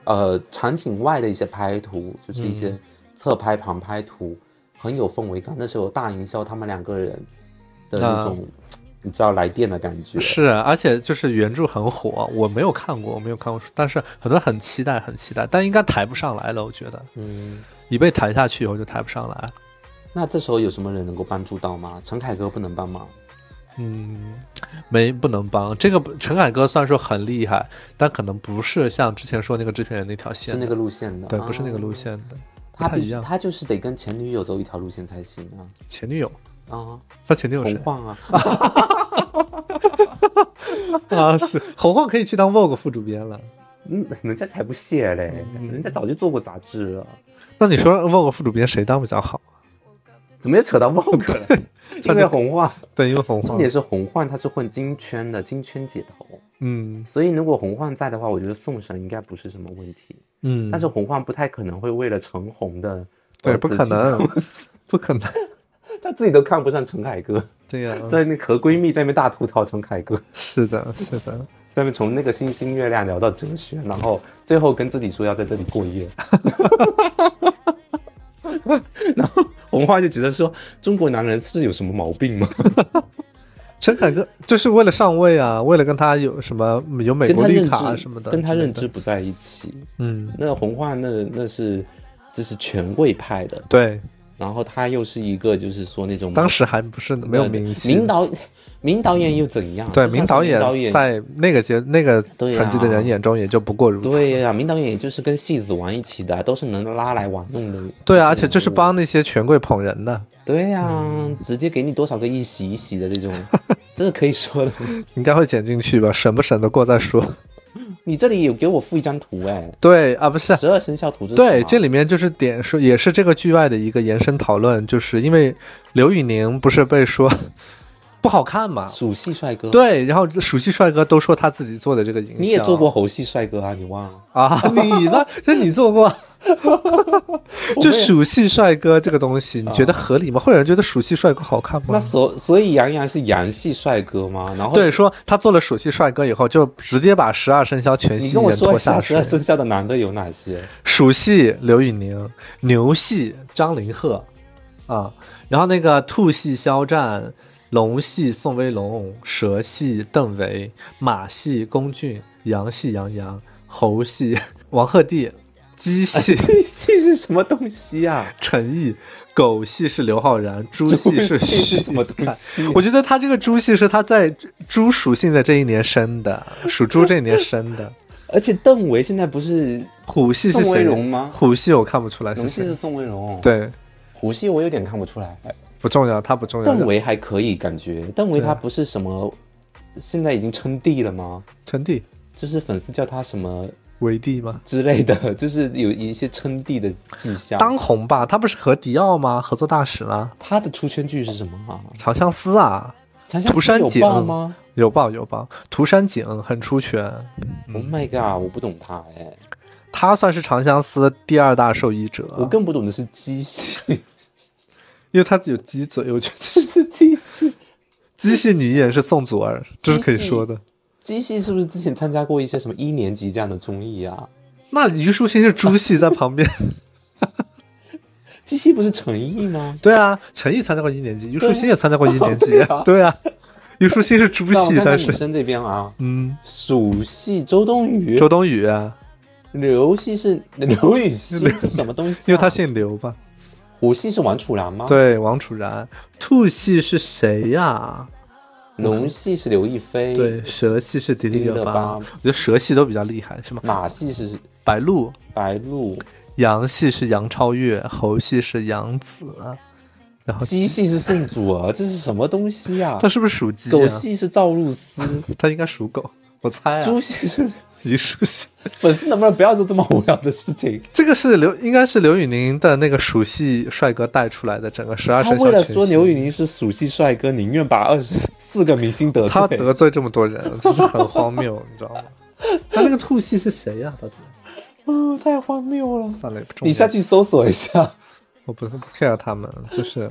Speaker 2: 呃，场景外的一些拍图，就是一
Speaker 3: 嗯
Speaker 2: 些侧拍、旁拍图，很有氛围感。那时候大营销他们两个人的那种，你知道来电的感觉。
Speaker 3: 啊是，啊而且就是原著很火，我没有看过，我没有看过书，但是很多人很期待，很期待，但应该抬不上来了，我觉得
Speaker 2: 嗯，
Speaker 3: 一被抬下去以后就抬不上来了。
Speaker 2: 那这时候有什么人能够帮助到吗？陈凯歌不能帮忙。
Speaker 3: 嗯，没不能帮这个不陈凯歌，虽然说很厉害，但可能不是像之前说那个制片人那条
Speaker 2: 是
Speaker 3: 线的，
Speaker 2: 那个路线的，
Speaker 3: 对，不是那个路
Speaker 2: 啊，
Speaker 3: 线的，
Speaker 2: 他
Speaker 3: 不太
Speaker 2: 必
Speaker 3: 一
Speaker 2: 须
Speaker 3: 样
Speaker 2: 他就是得跟前女友走一条路线才行
Speaker 3: 前女友，
Speaker 2: 啊啊，
Speaker 3: 他前女友
Speaker 2: 洪
Speaker 3: 谁
Speaker 2: 晃啊，
Speaker 3: 啊？是洪晃可以去当 Vogue 副主编了。
Speaker 2: 嗯，人家才不屑嘞，
Speaker 3: 嗯
Speaker 2: 人家早就做过杂志了，
Speaker 3: 那你说 Vogue 副主编谁当比较好？
Speaker 2: 怎么又扯到 Vogue
Speaker 3: [laughs]
Speaker 2: 了？因为洪晃，
Speaker 3: 对，因为洪
Speaker 2: 重
Speaker 3: 晃，
Speaker 2: 点是洪晃他是混金圈的，金圈姐头，
Speaker 3: 嗯
Speaker 2: 所以如果洪晃在的话，我觉得送审应该不是什么问题。
Speaker 3: 嗯，
Speaker 2: 但是洪晃不太可能会为了陈红的，
Speaker 3: 对，不可，能， [laughs] 不可能，
Speaker 2: [laughs] 他自己都看不上陈凯歌，
Speaker 3: 对呀、嗯
Speaker 2: 在那和闺蜜在那边大吐槽陈凯歌，
Speaker 3: 是的，是的。
Speaker 2: 在那边从那个星星月亮聊到哲学，然后最后跟自己说要在这里过夜。 [laughs] 然后洪晃就觉得说，中国男人是有什么毛病吗？
Speaker 3: 陈凯歌就是为了上位啊，为了跟他有什么有美
Speaker 2: 跟
Speaker 3: 国
Speaker 2: 他
Speaker 3: 绿
Speaker 2: 认知
Speaker 3: 卡啊什么的，
Speaker 2: 跟他认
Speaker 3: 之
Speaker 2: 知
Speaker 3: 类的，
Speaker 2: 不在一起。
Speaker 3: 嗯，
Speaker 2: 那红化那那是这是权贵派的，
Speaker 3: 对，
Speaker 2: 然后他又是一个就是说那种
Speaker 3: 当时还不是没有名气，
Speaker 2: 名导名导演又怎样？就
Speaker 3: 对
Speaker 2: 算是
Speaker 3: 名
Speaker 2: 名
Speaker 3: 导
Speaker 2: 导
Speaker 3: 演
Speaker 2: 演
Speaker 3: 在那个阶那个
Speaker 2: 对
Speaker 3: 层级的
Speaker 2: 啊
Speaker 3: 人眼中也就不过如此，
Speaker 2: 对呀、名导演也就是跟戏子玩一起的，啊都是能拉来玩弄的。
Speaker 3: 对啊，而且就是帮那些权贵捧人的，
Speaker 2: 对呀、直接给你多少个亿洗一洗的这种， [laughs] 这是可以说的。
Speaker 3: 应该会剪进去吧，审不审得过再说。 [laughs]
Speaker 2: 你这里有给我附一张图哎，
Speaker 3: 对啊，不 [laughs] 是，
Speaker 2: 十二生肖图这是什
Speaker 3: 对，
Speaker 2: 么
Speaker 3: 这里面就是点说，也是这个剧外的一个延伸讨论，就是因为刘宇宁不是被说 [laughs] 不好看嘛，
Speaker 2: 属系帅哥，，
Speaker 3: 对，然后熟悉帅哥都说他自己做的这个营销，
Speaker 2: 你也做过猴系帅哥啊，你忘了？
Speaker 3: 啊，你
Speaker 2: [laughs]
Speaker 3: 呢？就你做过。 [laughs] 就属系帅哥这个东西，你觉得合理吗？会有人觉得属系帅哥好看
Speaker 2: 啊那
Speaker 3: 吗？
Speaker 2: 所所以杨洋是洋系帅哥吗？然后
Speaker 3: 对，说他做了属系帅哥以后，就直接把十二生肖全
Speaker 2: 你
Speaker 3: 系
Speaker 2: 跟我
Speaker 3: 人
Speaker 2: 说
Speaker 3: 拖
Speaker 2: 一下
Speaker 3: 下
Speaker 2: 十
Speaker 3: 水
Speaker 2: 二。生肖的男的有哪些？
Speaker 3: 属系刘宇宁，牛系张凌赫，啊，然后那个兔系肖战，龙系宋威龙，蛇系邓为，马系龚俊，羊系杨洋，猴系王鹤棣，鸡
Speaker 2: [laughs]
Speaker 3: 系
Speaker 2: 这戏是什么东西啊？
Speaker 3: 陈毅，狗系是刘昊然，猪系是
Speaker 2: 这戏
Speaker 3: 徐
Speaker 2: 是什么东西？啊
Speaker 3: 我觉得他这个猪系是他在猪属性的这一年生的，属猪这一年生的。
Speaker 2: 而且邓为现在不是
Speaker 3: 虎系是
Speaker 2: 宋威
Speaker 3: 谁
Speaker 2: 龙吗
Speaker 3: 虎系我看不出来
Speaker 2: 龙
Speaker 3: 是
Speaker 2: 系
Speaker 3: 谁。
Speaker 2: 是宋威龙，，
Speaker 3: 对，
Speaker 2: 虎系我有点看不出来。
Speaker 3: 不重要，他不重要。
Speaker 2: 邓为还可以，感觉邓为
Speaker 3: 对
Speaker 2: 他不是什么，现在已经称帝了吗？
Speaker 3: 陈帝
Speaker 2: 就是粉丝叫他什么
Speaker 3: 维帝吗？
Speaker 2: 之类的，就是有一些称帝的迹象。
Speaker 3: 当红吧，他不是和迪奥吗？合作大使啦，
Speaker 2: 他的出圈剧是什么啊？
Speaker 3: 长相思啊，
Speaker 2: 长相
Speaker 3: 涂
Speaker 2: 思
Speaker 3: 山
Speaker 2: 有
Speaker 3: 璟
Speaker 2: 报吗
Speaker 3: 有报有报，涂山璟很出圈，
Speaker 2: ？Oh my god！我不懂他哎，
Speaker 3: 他算是长相思第二大受益者，
Speaker 2: 我更不懂的是鸡系，
Speaker 3: 因为他有鸡嘴，我觉得 [laughs] 是
Speaker 2: [laughs] 是鸡系。
Speaker 3: 鸡系女艺人是宋祖儿，这是可以
Speaker 2: 鸡系
Speaker 3: 说的。
Speaker 2: 鸡系是不是之前参加过一些什么一年级这样的综艺啊？
Speaker 3: 那虞书欣是猪系在旁边，
Speaker 2: 鸡系不是陈毅吗？
Speaker 3: [laughs] 对啊，陈毅参加过一年级，虞书欣也参加过一年级
Speaker 2: 对啊，
Speaker 3: [laughs] 对啊，虞书欣是猪
Speaker 2: 那我看
Speaker 3: 系，
Speaker 2: 看
Speaker 3: 但
Speaker 2: 女
Speaker 3: 是
Speaker 2: 生这边啊，
Speaker 3: 嗯，
Speaker 2: 蜀系周冬雨，
Speaker 3: 周冬雨啊，
Speaker 2: 刘系是刘禹锡，这什么东西、啊？
Speaker 3: 因为她姓刘吧？
Speaker 2: 虎系是王楚然吗？，
Speaker 3: 对，王楚然，兔系是谁呀？
Speaker 2: 龙系是刘亦菲，
Speaker 3: 对，蛇系是迪丽
Speaker 2: 迪丽
Speaker 3: 热
Speaker 2: 热
Speaker 3: 巴，
Speaker 2: 巴
Speaker 3: 我觉得蛇系都比较厉害，是吗？
Speaker 2: 马系是
Speaker 3: 白鹿，
Speaker 2: 白鹿，
Speaker 3: 羊系是杨超越，猴系是杨紫，然后
Speaker 2: 鸡系是宋祖儿，这是什么东西呀、
Speaker 3: 它是不是属鸡、啊？
Speaker 2: 狗系是赵露
Speaker 3: [laughs]
Speaker 2: 思，
Speaker 3: 它应该属狗，我猜啊。
Speaker 2: 猪系是 [laughs]
Speaker 3: 一属系，
Speaker 2: 粉丝能不能不要做这么无聊的事情？
Speaker 3: 这个是刘，应该是刘宇宁的那个属系帅哥带出来的整个十二
Speaker 2: 他
Speaker 3: 生肖
Speaker 2: 为了
Speaker 3: 全
Speaker 2: 说
Speaker 3: 系
Speaker 2: 刘宇宁是属系帅哥，宁愿把二十四个明星得罪。
Speaker 3: 他得罪这么多人，就是很荒谬，你知道吗？他那个兔系是谁呀、到底
Speaker 2: 嗯，太荒谬了。
Speaker 3: 算了，也不重要。
Speaker 2: 你下，去搜索一下。
Speaker 3: 我不不 care 他们，就是，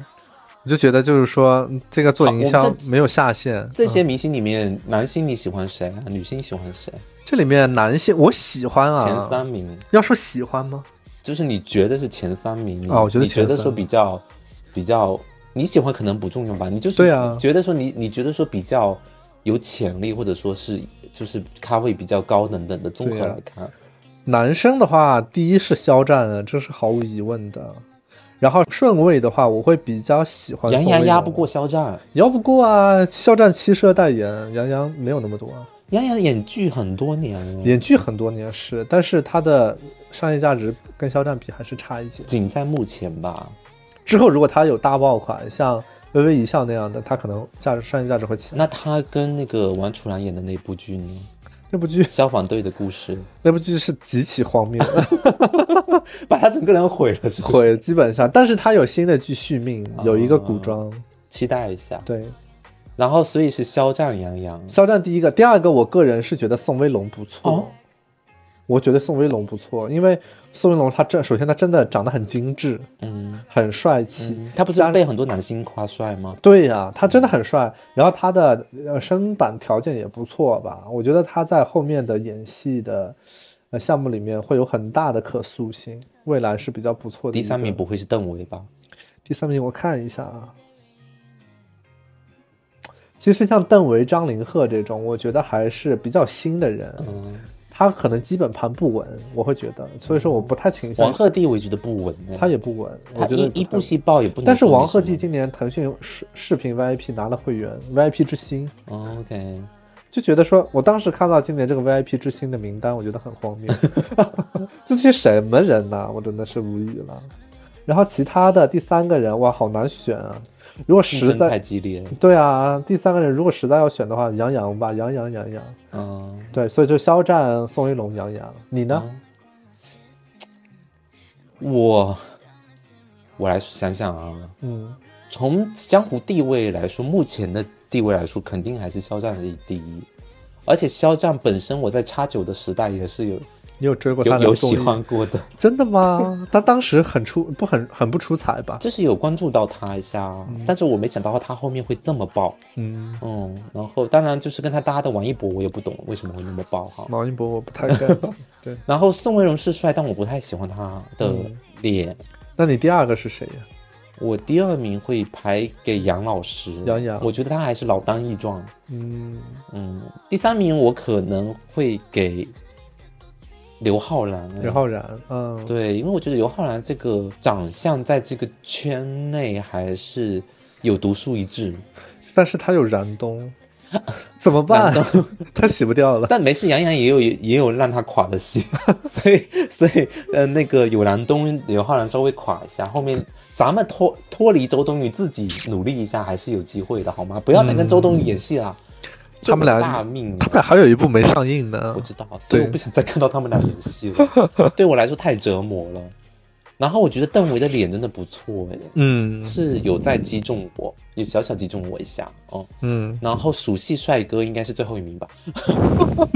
Speaker 3: 我就觉得就是说，嗯这个做
Speaker 2: 好
Speaker 3: 营
Speaker 2: 我们
Speaker 3: 销
Speaker 2: 这
Speaker 3: 没有下限。
Speaker 2: [laughs] 这
Speaker 3: 嗯、
Speaker 2: 些明星里面，男星你喜欢谁啊？女星喜欢谁？
Speaker 3: 这里面男性我喜欢啊，
Speaker 2: 前三名，
Speaker 3: 要说喜欢吗？
Speaker 2: 就是你觉得是前三名你
Speaker 3: 啊我觉得
Speaker 2: 你觉
Speaker 3: 前
Speaker 2: 得
Speaker 3: 三
Speaker 2: 说比较比较你喜欢可能不重要吧？你就是
Speaker 3: 对啊
Speaker 2: 觉得说你你觉得说比较有潜力，或者说是就是咖位比较高等等的，综合
Speaker 3: 对啊
Speaker 2: 来看，
Speaker 3: 男生的话，第一是肖战啊，这是毫无疑问的。然后顺位的话，我会比较喜欢
Speaker 2: 杨
Speaker 3: 宋
Speaker 2: 洋
Speaker 3: 威
Speaker 2: 压
Speaker 3: 龙
Speaker 2: 不过，肖战，
Speaker 3: 压不过啊！肖战七十二代言，杨洋没有那么多啊。
Speaker 2: 杨洋演剧很多年了，
Speaker 3: 演剧很多年是，但是它的商业价值跟肖战比还是差一些。
Speaker 2: 仅在目前吧。
Speaker 3: 之后如果他有大爆款，像《微微一笑》那样的，他可能价值商业价值会起来。
Speaker 2: 那他跟那个王楚然演的那部剧呢，
Speaker 3: 那部剧
Speaker 2: 《消防队的故事》， [laughs]
Speaker 3: 那部剧是极其荒谬， [laughs]
Speaker 2: 把他整个人毁了，是不是
Speaker 3: 毁基本上，但是他有新的剧续命，有一个古
Speaker 2: 哦
Speaker 3: 装。
Speaker 2: 期待一下。
Speaker 3: 对，
Speaker 2: 然后所以是肖战、杨洋，
Speaker 3: 肖战第一个，第二个，我个人是觉得宋威龙不错。
Speaker 2: 哦
Speaker 3: 我觉得宋威龙不错，因为宋威龙他真首先他真的长得很精致，
Speaker 2: 嗯。
Speaker 3: 很帅气，
Speaker 2: 嗯他不是被很多男星夸帅吗？
Speaker 3: 对呀、他真的很帅，然后他的呃身板条件也不错吧？我觉得他在后面的演戏的呃项目里面会有很大的可塑性，未来是比较不错的。
Speaker 2: 第三名，不会是邓为吧？
Speaker 3: 第三名我看一下啊。其实像邓为、张凌赫这种，我觉得还是比较新的人，
Speaker 2: 嗯，
Speaker 3: 他可能基本盘不稳，我会觉得，所以说我不太倾向
Speaker 2: 王鹤棣我也觉得不稳哎，
Speaker 3: 他也不稳，我
Speaker 2: 他
Speaker 3: 觉得
Speaker 2: 一一
Speaker 3: 不
Speaker 2: 部
Speaker 3: 太
Speaker 2: 戏爆也不能说明什么。
Speaker 3: 但是王鹤棣今年腾讯视视频 VIP 拿了会员，VIP 之星，
Speaker 2: 哦 OK，
Speaker 3: 就觉得说，我当时看到今年这个 VIP 之星的名单，我觉得很荒
Speaker 2: [laughs]
Speaker 3: 谬，这些什么人呐、我真的是无语了。然后其他的第三个人，哇，好难选啊！如果
Speaker 2: 竞
Speaker 3: 实
Speaker 2: 争太
Speaker 3: 在
Speaker 2: 激烈了。
Speaker 3: 对啊，第三个人如果实在要选的话，杨洋吧，杨洋杨洋，
Speaker 2: 嗯，
Speaker 3: 对，所以就肖战、宋威龙、杨洋，你呢？
Speaker 2: 我我来想想啊，
Speaker 3: 嗯，
Speaker 2: 从江湖地位来说，目前的地位来说，肯定还是肖战的第一。而且肖战本身，我在叉九的时代也是有
Speaker 3: 你有追过他
Speaker 2: 有
Speaker 3: 的
Speaker 2: 有
Speaker 3: 综
Speaker 2: 喜
Speaker 3: 艺
Speaker 2: 欢过
Speaker 3: [laughs]
Speaker 2: 的，
Speaker 3: 真的吗？他当时很出不很很不出彩吧？
Speaker 2: 就是有关注到他一下，但是我没想到他后面会这么爆。
Speaker 3: 嗯，
Speaker 2: 嗯，然后当然就是跟他搭的王一博，我也不懂为什么会那么爆哈。
Speaker 3: 王一博我不太 [laughs] get。对，
Speaker 2: 然后宋威龙是帅，但我不太喜欢他的
Speaker 3: 嗯
Speaker 2: 脸。
Speaker 3: 那你第二个是谁啊呀、
Speaker 2: 我第二名会排给杨老师，
Speaker 3: 杨洋
Speaker 2: 我觉得他还是老当益壮。
Speaker 3: 嗯，
Speaker 2: 嗯，第三名我可能会给刘昊然。
Speaker 3: 刘昊然，嗯，
Speaker 2: 对，因为我觉得刘昊然这个长相在这个圈内还是有独树一帜。
Speaker 3: 但是他有燃冬， [laughs] 怎么办？ [laughs] 他洗不掉了。
Speaker 2: 但没事，杨洋也有也有让他垮的戏， [laughs] 所以所以呃，那个有兰东刘昊然稍微垮一下，后面咱们脱脱离周冬雨自己努力一下还是有机会的，好吗？不要再跟周冬雨演戏了，
Speaker 3: 嗯他们
Speaker 2: 这么大
Speaker 3: 俩，
Speaker 2: 命啊
Speaker 3: 他们俩还有一部没上映呢
Speaker 2: 我。知道，所以
Speaker 3: 对
Speaker 2: 我不想再看到他们俩演戏了，对我来说太折磨了。然后我觉得邓为的脸真的不错哎，
Speaker 3: 嗯
Speaker 2: 是有在击中我，有小小击中我一下哦。
Speaker 3: 嗯，
Speaker 2: 然后属系帅哥应该是最后一名吧，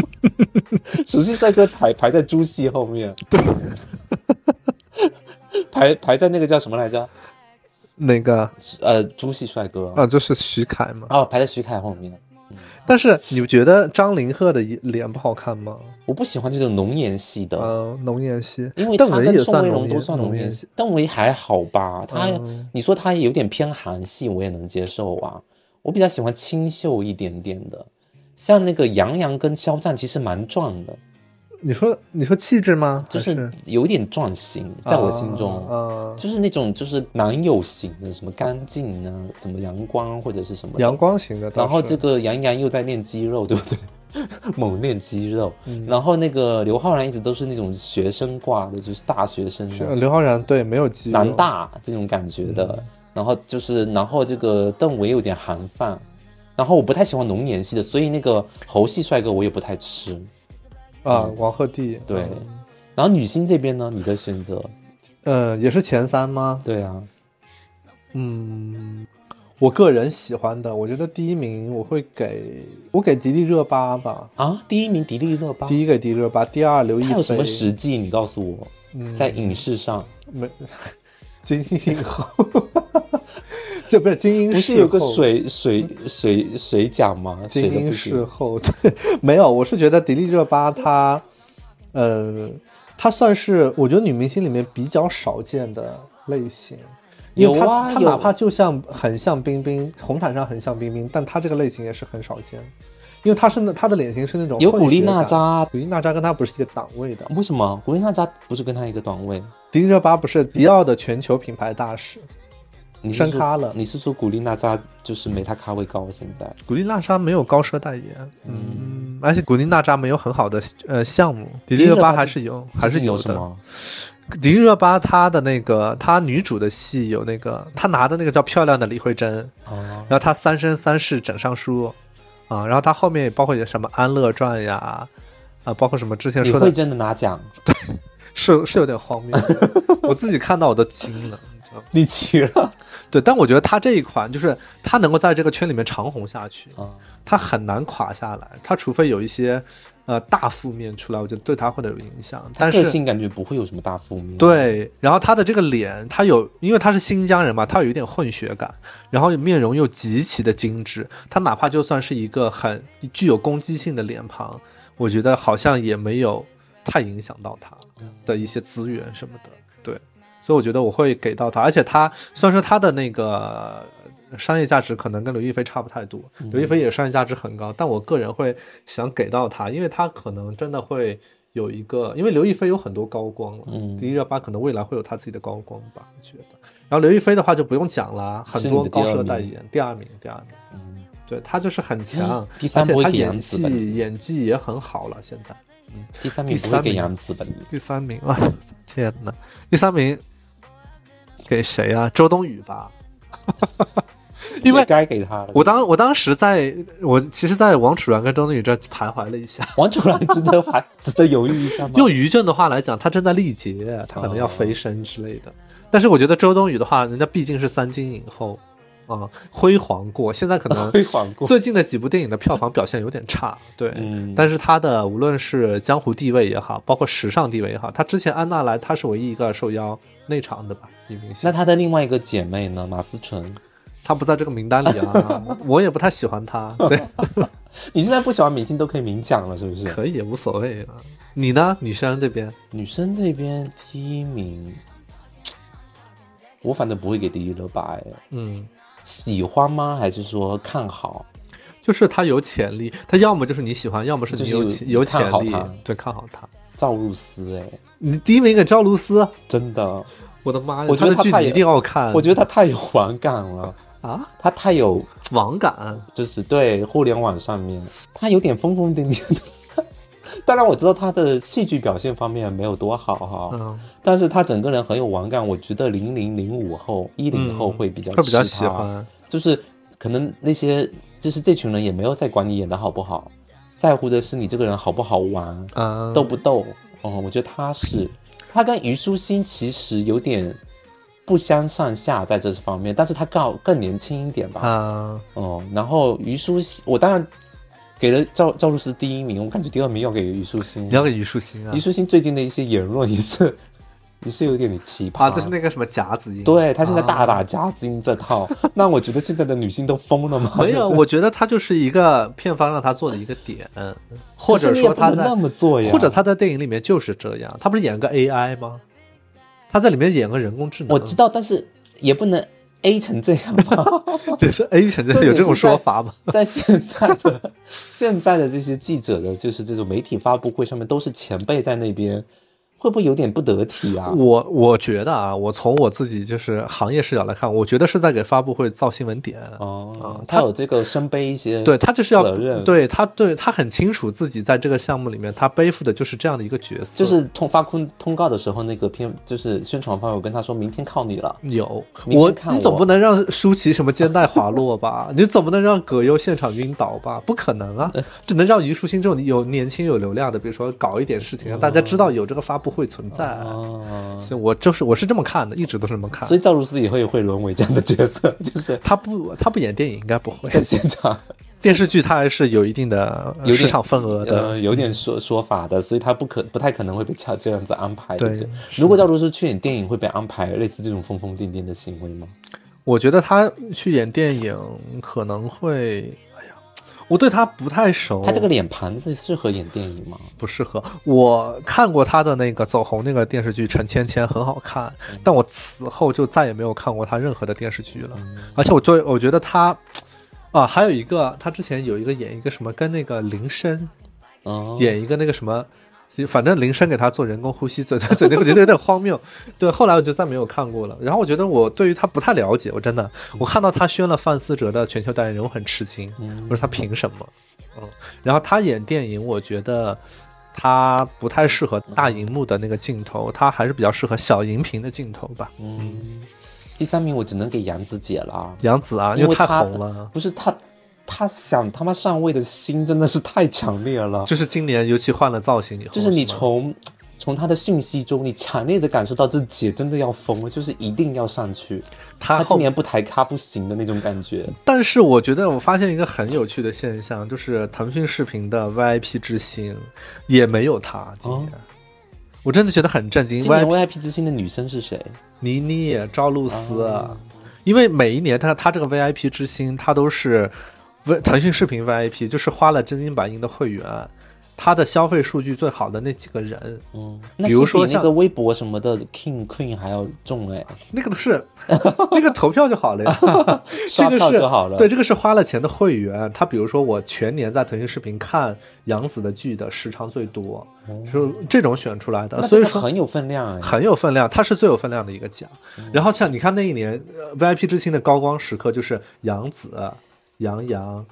Speaker 2: [laughs] 属系帅哥排排在猪系后面，对， [laughs] 排排在那个叫什么来着？
Speaker 3: 那个
Speaker 2: 呃，猪系帅哥
Speaker 3: 啊，就是徐凯嘛。
Speaker 2: 哦，排在徐凯后面。
Speaker 3: 但是你们觉得张凌赫的脸不好看吗？
Speaker 2: 我不喜欢这种浓颜系的，
Speaker 3: 嗯，浓颜系，
Speaker 2: 因为他
Speaker 3: 邓为
Speaker 2: 跟
Speaker 3: 也
Speaker 2: 宋
Speaker 3: 算
Speaker 2: 威
Speaker 3: 浓
Speaker 2: 龙都
Speaker 3: 颜，
Speaker 2: 算
Speaker 3: 浓
Speaker 2: 颜
Speaker 3: 系。
Speaker 2: 系，邓为还好吧？他、
Speaker 3: 嗯
Speaker 2: 你说他有点偏韩系，我也能接受啊。我比较喜欢清秀一点点的，像那个杨洋跟肖战其实蛮壮的，
Speaker 3: 你说你说气质吗？
Speaker 2: 就
Speaker 3: 还
Speaker 2: 是有点壮型，在我心中，
Speaker 3: 啊啊
Speaker 2: 就是那种就是男友型的，什么干净啊，什么阳光或者是什么的
Speaker 3: 阳光型的倒是，
Speaker 2: 然后这个杨洋又在练肌肉，对不 [laughs] 对？猛练肌肉，
Speaker 3: 嗯
Speaker 2: 然后那个刘昊然一直都是那种学生挂的，就是大学生啊、
Speaker 3: 呃刘昊然对没有肌肉，
Speaker 2: 南大这种感觉的。
Speaker 3: 嗯
Speaker 2: 然后就是，然后这个邓为有点韩范，然后我不太喜欢浓颜系的，所以那个猴系帅哥我也不太吃。
Speaker 3: 啊，王鹤棣
Speaker 2: 对，然后女星这边呢，你的选择，
Speaker 3: 呃，也是前三吗？
Speaker 2: 对啊，
Speaker 3: 嗯，我个人喜欢的，我觉得第一名我会给我给迪丽热巴吧，
Speaker 2: 啊，第一名迪丽热巴，
Speaker 3: 第一给迪丽热嗯巴，第二刘亦
Speaker 2: 她有什
Speaker 3: 菲
Speaker 2: 么，实际？你告诉我，在影视上
Speaker 3: 没 [laughs] 精英 [laughs] 后，这不是精英
Speaker 2: 不
Speaker 3: 视
Speaker 2: 是有个
Speaker 3: 后嗯
Speaker 2: 水水水水奖吗？
Speaker 3: 精
Speaker 2: 水的
Speaker 3: 英
Speaker 2: 不
Speaker 3: 事
Speaker 2: 行
Speaker 3: 后，对，没有，我是觉得迪丽热巴她，呃，她算是我觉得女明星里面比较少见的类型，因为她、
Speaker 2: 有啊
Speaker 3: 她
Speaker 2: 有
Speaker 3: 哪怕就像很像冰冰，红毯上很像冰冰，但她这个类型也是很少见，因为她是那她的脸型是那种
Speaker 2: 有
Speaker 3: 混
Speaker 2: 古力
Speaker 3: 血
Speaker 2: 娜
Speaker 3: 感
Speaker 2: 扎
Speaker 3: 古力娜扎跟她不是一个档位的，
Speaker 2: 为什么？古力娜扎不是跟她一个档位？
Speaker 3: 迪丽热巴不是迪奥的全球品牌大使，
Speaker 2: 你是
Speaker 3: 升
Speaker 2: 说
Speaker 3: 咖了
Speaker 2: 你是说古力娜扎就是没她咖位高？现在
Speaker 3: 古力娜扎没有高奢代言，嗯，而且古力娜扎没有很好的呃项目，迪丽
Speaker 2: 迪丽
Speaker 3: 热
Speaker 2: 热
Speaker 3: 巴
Speaker 2: 巴
Speaker 3: 还
Speaker 2: 就是
Speaker 3: 有还是
Speaker 2: 最近有
Speaker 3: 有
Speaker 2: 什
Speaker 3: 的。
Speaker 2: 么？
Speaker 3: 迪丽热巴她的那个她女主的戏有那个她拿的那个叫漂亮的李慧珍，
Speaker 2: 哦
Speaker 3: 然后她三生三世枕上书啊，然后她后面也包括有什么安乐传呀。啊，包括什么之前
Speaker 2: 李
Speaker 3: 说
Speaker 2: 慧
Speaker 3: 的，
Speaker 2: 珍的拿奖，
Speaker 3: 是是有点荒谬，
Speaker 2: [laughs]
Speaker 3: 我自己看到我都惊了。你知道吗
Speaker 2: 你急了
Speaker 3: 对，但我觉得她这一款就是她能够在这个圈里面长红下去，
Speaker 2: 啊？
Speaker 3: 她很难垮下来。她除非有一些呃大负面出来，我觉得对她会有影响。但是
Speaker 2: 个性感觉不会有什么大负面。，
Speaker 3: 对，然后他的这个脸，他有，因为他是新疆人嘛，他有一点混血感，然后面容又极其的精致，他哪怕就算是一个很具有攻击性的脸庞，我觉得好像也没有太影响到他的一些资源什么的，对，所以我觉得我会给到他，而且他虽然说他的那个呃商业价值可能跟刘亦菲差不太多，
Speaker 2: 嗯
Speaker 3: 刘亦菲也商业价值很高，但我个人会想给到她，因为她可能真的会有一个，因为刘亦菲有很多高光了，
Speaker 2: 嗯
Speaker 3: 迪丽热巴可能未来会有她自己的高光吧，我觉得。然后刘亦菲的话就不用讲啦，很
Speaker 2: 是你
Speaker 3: 多
Speaker 2: 的
Speaker 3: 高
Speaker 2: 第二
Speaker 3: 奢
Speaker 2: 名
Speaker 3: 代言，第二名，第二名，
Speaker 2: 嗯，
Speaker 3: 对她就是很强，
Speaker 2: 第三
Speaker 3: 而且
Speaker 2: 不会
Speaker 3: 她
Speaker 2: 给
Speaker 3: 演
Speaker 2: 杨紫吧
Speaker 3: 技演技也很好了，现在
Speaker 2: 第三
Speaker 3: 第
Speaker 2: 名
Speaker 3: 三
Speaker 2: 不会给
Speaker 3: 名
Speaker 2: 杨紫吧？你
Speaker 3: 第三名啊，天哪，第三名给谁啊？周冬雨吧，因为
Speaker 2: 也该给她了。
Speaker 3: 我当我当时在我其实，在王楚然跟周冬雨这儿徘徊了一下。
Speaker 2: 王楚然值得还值得犹豫一下吗？ [laughs]
Speaker 3: 用于正的话来讲，他正在力竭，他可能要飞升之类的。但是我觉得周冬雨的话，人家毕竟是三金影后，啊、辉煌过，现在可
Speaker 2: [laughs]
Speaker 3: 能
Speaker 2: 辉煌过。
Speaker 3: 最近的几部电影的票房表现有点差，对。
Speaker 2: 嗯
Speaker 3: 但是她的无论是江湖地位也好，包括时尚地位也好，她之前安娜来，她是唯一一个受邀内场的吧女明星
Speaker 2: 那。她的另外一个姐妹呢？马思纯，
Speaker 3: 她不在这个名单
Speaker 2: [laughs]
Speaker 3: 里啊，我也不太喜欢她。对，
Speaker 2: 你现在不喜欢明星都可以明讲了，是不是？
Speaker 3: 可以也无所谓啊。你呢，女生这边？
Speaker 2: 女生这边第一名，我反正不会给第一热巴哎，
Speaker 3: 嗯，
Speaker 2: 喜欢吗？还是说看好？
Speaker 3: 就是他有潜力，他要么就是你喜欢，要么是
Speaker 2: 就
Speaker 3: 你
Speaker 2: 是
Speaker 3: 有
Speaker 2: 有
Speaker 3: 潜有潜
Speaker 2: 看好
Speaker 3: 力
Speaker 2: 他，
Speaker 3: 对，看好他。
Speaker 2: 赵露思哎，
Speaker 3: 你第一名给赵露思，
Speaker 2: 真的，
Speaker 3: 我的妈呀！
Speaker 2: 我觉得
Speaker 3: 她的
Speaker 2: 她
Speaker 3: 剧
Speaker 2: 太
Speaker 3: 你一
Speaker 2: 有
Speaker 3: 定要看，
Speaker 2: 我觉得她太有网感了，
Speaker 3: 得啊，
Speaker 2: 她太有
Speaker 3: 网感
Speaker 2: 就是对互联网上面，她有点疯疯癫癫的。 [laughs] 当然我知道她的戏剧表现方面没有多好哈，
Speaker 3: 嗯
Speaker 2: 但是她整个人很有网感，我觉得零零零五后、一零后会比较、
Speaker 3: 嗯会比较喜，欢。
Speaker 2: 就是可能那些就是这群人也没有在管你演的好不好，在乎的是你这个人好不好玩，
Speaker 3: 嗯，
Speaker 2: 逗不逗。哦，我觉得他是，他跟虞书欣其实有点不相上下在这方面，但是他更更年轻一点吧。
Speaker 3: 啊，
Speaker 2: 哦，然后虞书欣，我当然给了赵赵露思第一名，我感觉第二名要给虞书欣
Speaker 3: 你。要给虞书欣啊
Speaker 2: 虞？书欣最近的一些言论也是 [laughs] 也是有点奇葩，
Speaker 3: 啊，就是那个什么甲子音。
Speaker 2: 对他现在大
Speaker 3: 啊
Speaker 2: 打夹子音这套，那我觉得现在的女性都疯了吗？
Speaker 3: [laughs] 没
Speaker 2: [laughs]
Speaker 3: 有，我觉得他就是一个片方让他做的一个点，或者说他
Speaker 2: 可是你也不能
Speaker 3: 在
Speaker 2: 那么做呀
Speaker 3: 或者他在电影里面就是这样，他不是演个 AI 吗？他在里面演个人工智能，
Speaker 2: [laughs] 我知道，但是也不能 A 成这样吗？ [laughs]
Speaker 3: 就是 A 成这样，有这种说法吗？
Speaker 2: 在现在的现在的这些记者的，就是这种媒体发布会上面都是前辈在那边，会不会有点不得体啊？
Speaker 3: 我我觉得啊，我从我自己就是行业视角来看，我觉得是在给发布会造新闻点。
Speaker 2: 哦，
Speaker 3: 他
Speaker 2: 他有这个身背一些，
Speaker 3: 对他就是要
Speaker 2: 责任，，
Speaker 3: 对他对他很清楚自己在这个项目里面，他背负的就是这样的一个角色，
Speaker 2: 就是通发通通告的时候，那个片就是宣传方有跟他说明天靠你了，
Speaker 3: 有
Speaker 2: 明天
Speaker 3: 我，
Speaker 2: 看
Speaker 3: 你总
Speaker 2: 我
Speaker 3: 不能让舒淇什么肩带滑落吧？ [laughs] 你总不能让葛优现场晕倒吧？不可能啊！只能让虞书欣这种有年轻有流量的，比如说搞一点事情，让大家知道有这个发布会存在。啊
Speaker 2: 哦，
Speaker 3: 所以我就是我是这么看的，一直都是这么看
Speaker 2: 所。以赵露思以后也会沦为这样的角色， [laughs] 就是
Speaker 3: 他不，他不演电影应该不会。 [laughs]
Speaker 2: 在现场
Speaker 3: 电视剧他还是有一定的
Speaker 2: 有点
Speaker 3: 市场份额的。
Speaker 2: 呃有点说说法的，所以他不可不太可能会被这这样子安排，对不
Speaker 3: 对
Speaker 2: 对？如果赵露思去演电影，会被安排类似这种疯疯癫癫的行为吗？
Speaker 3: 我觉得他去演电影可能会，哎呀，我对他不太熟。
Speaker 2: 他这个脸盘子适合演电影吗？
Speaker 3: 不适合。我看过他的那个走红那个电视剧《陈芊芊》，很好看，但我此后就再也没有看过他任何的电视剧了。而且我最我觉得他，啊，还有一个他之前有一个演一个什么跟那个林深
Speaker 2: 哦，
Speaker 3: 演一个那个什么。 [laughs] 反正林深给他做人工呼吸， [laughs] 嘴对嘴那个我觉得有点荒谬。对，后来我就再没有看过了。然后我觉得我对于他不太了解，我真的，我看到他宣了范思哲的全球代言人，我很吃惊。
Speaker 2: 嗯
Speaker 3: 我说他凭什么？嗯，然后他演电影，我觉得他不太适合大荧幕的那个镜头，他还是比较适合小荧屏的镜头吧。
Speaker 2: 嗯，第三名我只能给杨紫姐了，
Speaker 3: 杨紫啊，
Speaker 2: 因
Speaker 3: 为
Speaker 2: 为
Speaker 3: 太
Speaker 2: 她
Speaker 3: 红了，
Speaker 2: 不是她，她想他妈上位的心真的是太强烈了，
Speaker 3: 就是今年尤其换了造型以后，
Speaker 2: 就是你
Speaker 3: 吗
Speaker 2: 从从她的讯息中，你强烈的感受到这姐真的要疯了，就是一定要上去，
Speaker 3: 她
Speaker 2: 她
Speaker 3: 后
Speaker 2: 今年不抬咖不行的那种感觉。
Speaker 3: 但是我觉得我发现一个很有趣的现象，就是腾讯视频的 VIP 之星也没有他今年。我真的觉得很震惊
Speaker 2: 哦今年
Speaker 3: ，VIP
Speaker 2: VIP 之星的女生是谁？
Speaker 3: 倪妮、赵露思，啊
Speaker 2: 哦
Speaker 3: 因为每一年他他这个 VIP 之星，他都是 V 腾讯视频 VIP，就是花了真金白银的会员，他的消费数据最好的那几个人，
Speaker 2: 嗯，那
Speaker 3: 比
Speaker 2: 是
Speaker 3: 如说
Speaker 2: 比那
Speaker 3: 像
Speaker 2: 个微博什么的 King Queen 还要重哎，
Speaker 3: 那个
Speaker 2: [laughs]
Speaker 3: 都是那个投票就好了呀，这
Speaker 2: 刷
Speaker 3: 个
Speaker 2: 票
Speaker 3: 是
Speaker 2: 就好了
Speaker 3: 对，这个是花了钱的会员。他比如说我全年在腾讯视频看杨紫的剧的时长最多，就是这种选出来的，
Speaker 2: 哦那
Speaker 3: 所
Speaker 2: 这
Speaker 3: 以
Speaker 2: 个
Speaker 3: 说
Speaker 2: 很有分量哎。
Speaker 3: 很有分量，它是最有分量的一个奖。
Speaker 2: 嗯
Speaker 3: 然后像你看那一年、呃 VIP 之星的高光时刻，就是杨紫、杨洋、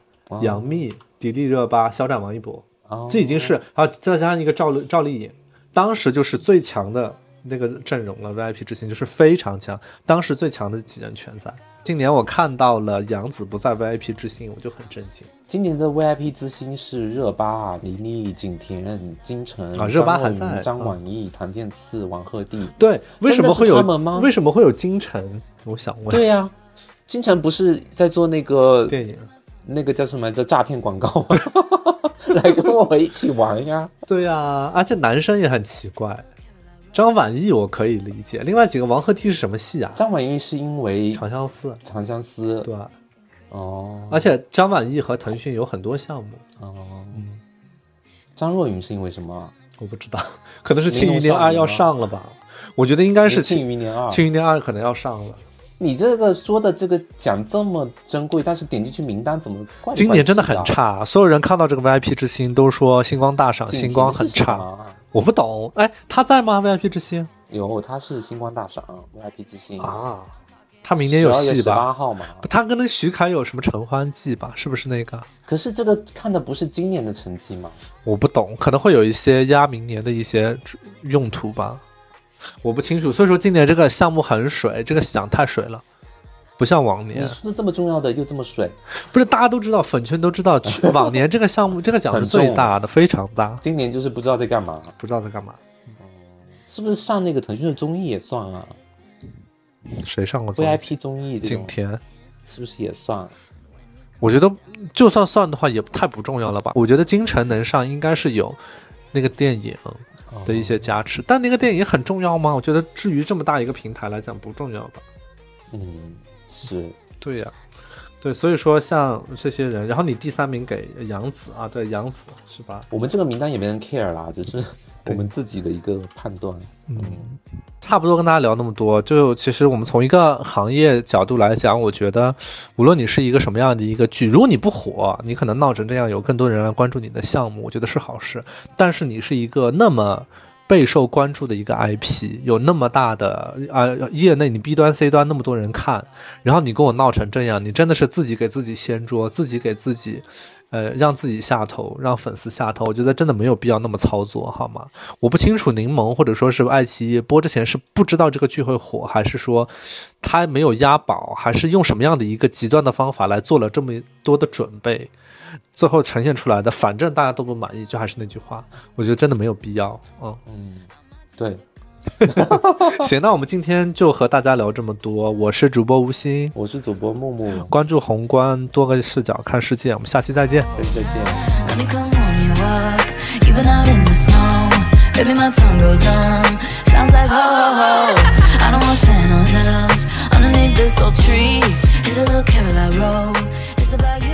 Speaker 3: 杨幂、迪丽热巴、肖战、王一博，
Speaker 2: 哦
Speaker 3: 这已经是啊，再加上一个赵丽赵丽颖，当时就是最强的那个阵容了。VIP 之星就是非常强，当时最强的几人全在。今年我看到了杨紫不在 VIP 之星，我就很震惊。
Speaker 2: 今年的 VIP 之星是热巴、啊、倪妮、景甜、金晨
Speaker 3: 啊热巴
Speaker 2: 张
Speaker 3: 还
Speaker 2: 靓
Speaker 3: 在
Speaker 2: 颖张晚意、谭健次、王鹤棣。
Speaker 3: 对，为什么会有
Speaker 2: 真的是他们吗
Speaker 3: 为什么会有金晨？我想问。
Speaker 2: 对呀、金晨不是在做那个
Speaker 3: 电影。
Speaker 2: 那个叫什么来着诈骗广告吗？ [laughs] 来跟我一起玩呀！
Speaker 3: 对呀、而且男生也很奇怪。张晚意我可以理解，另外几个王鹤棣是什么戏啊？
Speaker 2: 张晚意是因为
Speaker 3: 长相思，
Speaker 2: 长相思
Speaker 3: 对吧？啊
Speaker 2: 哦
Speaker 3: 而且张晚意和腾讯有很多项目，
Speaker 2: 哦，张若昀是因为什么？
Speaker 3: 我不知道， [laughs] 可能是《庆
Speaker 2: 玲
Speaker 3: 余年
Speaker 2: 珑
Speaker 3: 二
Speaker 2: 少》女
Speaker 3: 要
Speaker 2: 吗
Speaker 3: 上了吧？我觉得应该是《
Speaker 2: 庆
Speaker 3: 庆
Speaker 2: 余年二》。
Speaker 3: 庆余年二》可能要上了。
Speaker 2: 你这个说的这个奖这么珍贵，但是点进去名单怎么怪里怪气啊
Speaker 3: 今年真的很差，所有人看到这个 VIP 之星都说星光大赏，
Speaker 2: 景甜是什么啊，
Speaker 3: 星光很差。我不懂，哎，他在吗？VIP 之星
Speaker 2: 有，他是星光大赏 VIP 之星，
Speaker 3: 啊，他明年有戏吧？
Speaker 2: 八号嘛。
Speaker 3: 他跟那徐凯有什么《承欢记》吧？是不是那个？
Speaker 2: 可是这个看的不是今年的成绩吗？
Speaker 3: 我不懂，可能会有一些压明年的一些用途吧，我不清楚。所以说今年这个项目很水，这个奖太水了，不像往
Speaker 2: 你
Speaker 3: 年。
Speaker 2: 说的这么重要的又这么水，
Speaker 3: 不是大家都知道，粉圈都知道，去往年这个项目这个 [laughs] 奖是最大的，非常大，
Speaker 2: 今年就是不知道在干嘛，
Speaker 3: 啊不知道在干嘛。
Speaker 2: 是不是上那个腾讯的综艺也算啊
Speaker 3: 嗯谁上过综艺
Speaker 2: ？VIP 综艺这
Speaker 3: 景
Speaker 2: 种
Speaker 3: 甜，
Speaker 2: 是不是也
Speaker 3: 哦
Speaker 2: 算？
Speaker 3: 我觉得就算算的话，也太不重要了吧？我觉得金晨能上，应该是有那个电影嗯
Speaker 2: 嗯
Speaker 3: 的一些加持，但那个电影很重要吗？我觉得至于这么大一个平台来讲，不重要吧。
Speaker 2: 嗯，是
Speaker 3: 对呀、对，所以说像这些人，然后你第三名给杨紫啊，对杨紫是吧？
Speaker 2: 我们这个名单也没人 care 啦，只是我们自己的一个判断。
Speaker 3: 嗯，差不多跟大家聊那么多，就其实我们从一个行业角度来讲，我觉得无论你是一个什么样的一个剧，如果你不火，你可能闹成这样，有更多人来关注你的项目，我觉得是好事。但是你是一个那么备受关注的一个 IP，有那么大的啊、业内你 B 端 C 端那么多人看，然后你跟我闹成这样，你真的是自己给自己掀桌，自己给自己。呃，让自己下头，让粉丝下头，我觉得真的没有必要那么操作，好吗？我不清楚柠檬或者说是爱奇艺播之前是不知道这个剧会火，还是说他没有押宝，还是用什么样的一个极端的方法来做了这么多的准备，最后呈现出来的，反正大家都不满意，就还是那句话，我觉得真的没有必要。嗯，
Speaker 2: 嗯，对，
Speaker 3: 行，那我们今天就和大家聊这么多，我是主播吴昕，
Speaker 2: 我是主播木木，
Speaker 3: 关注宏观，多个视角看世界，我们下期再见。
Speaker 2: 下期再见。
Speaker 1: Let me come on your walk, even out in the snow. Baby, my tongue goes numb. Sounds like ho ho ho. I don't want San Jose's underneath this old tree. Here's a little carol I wrote. It's about you.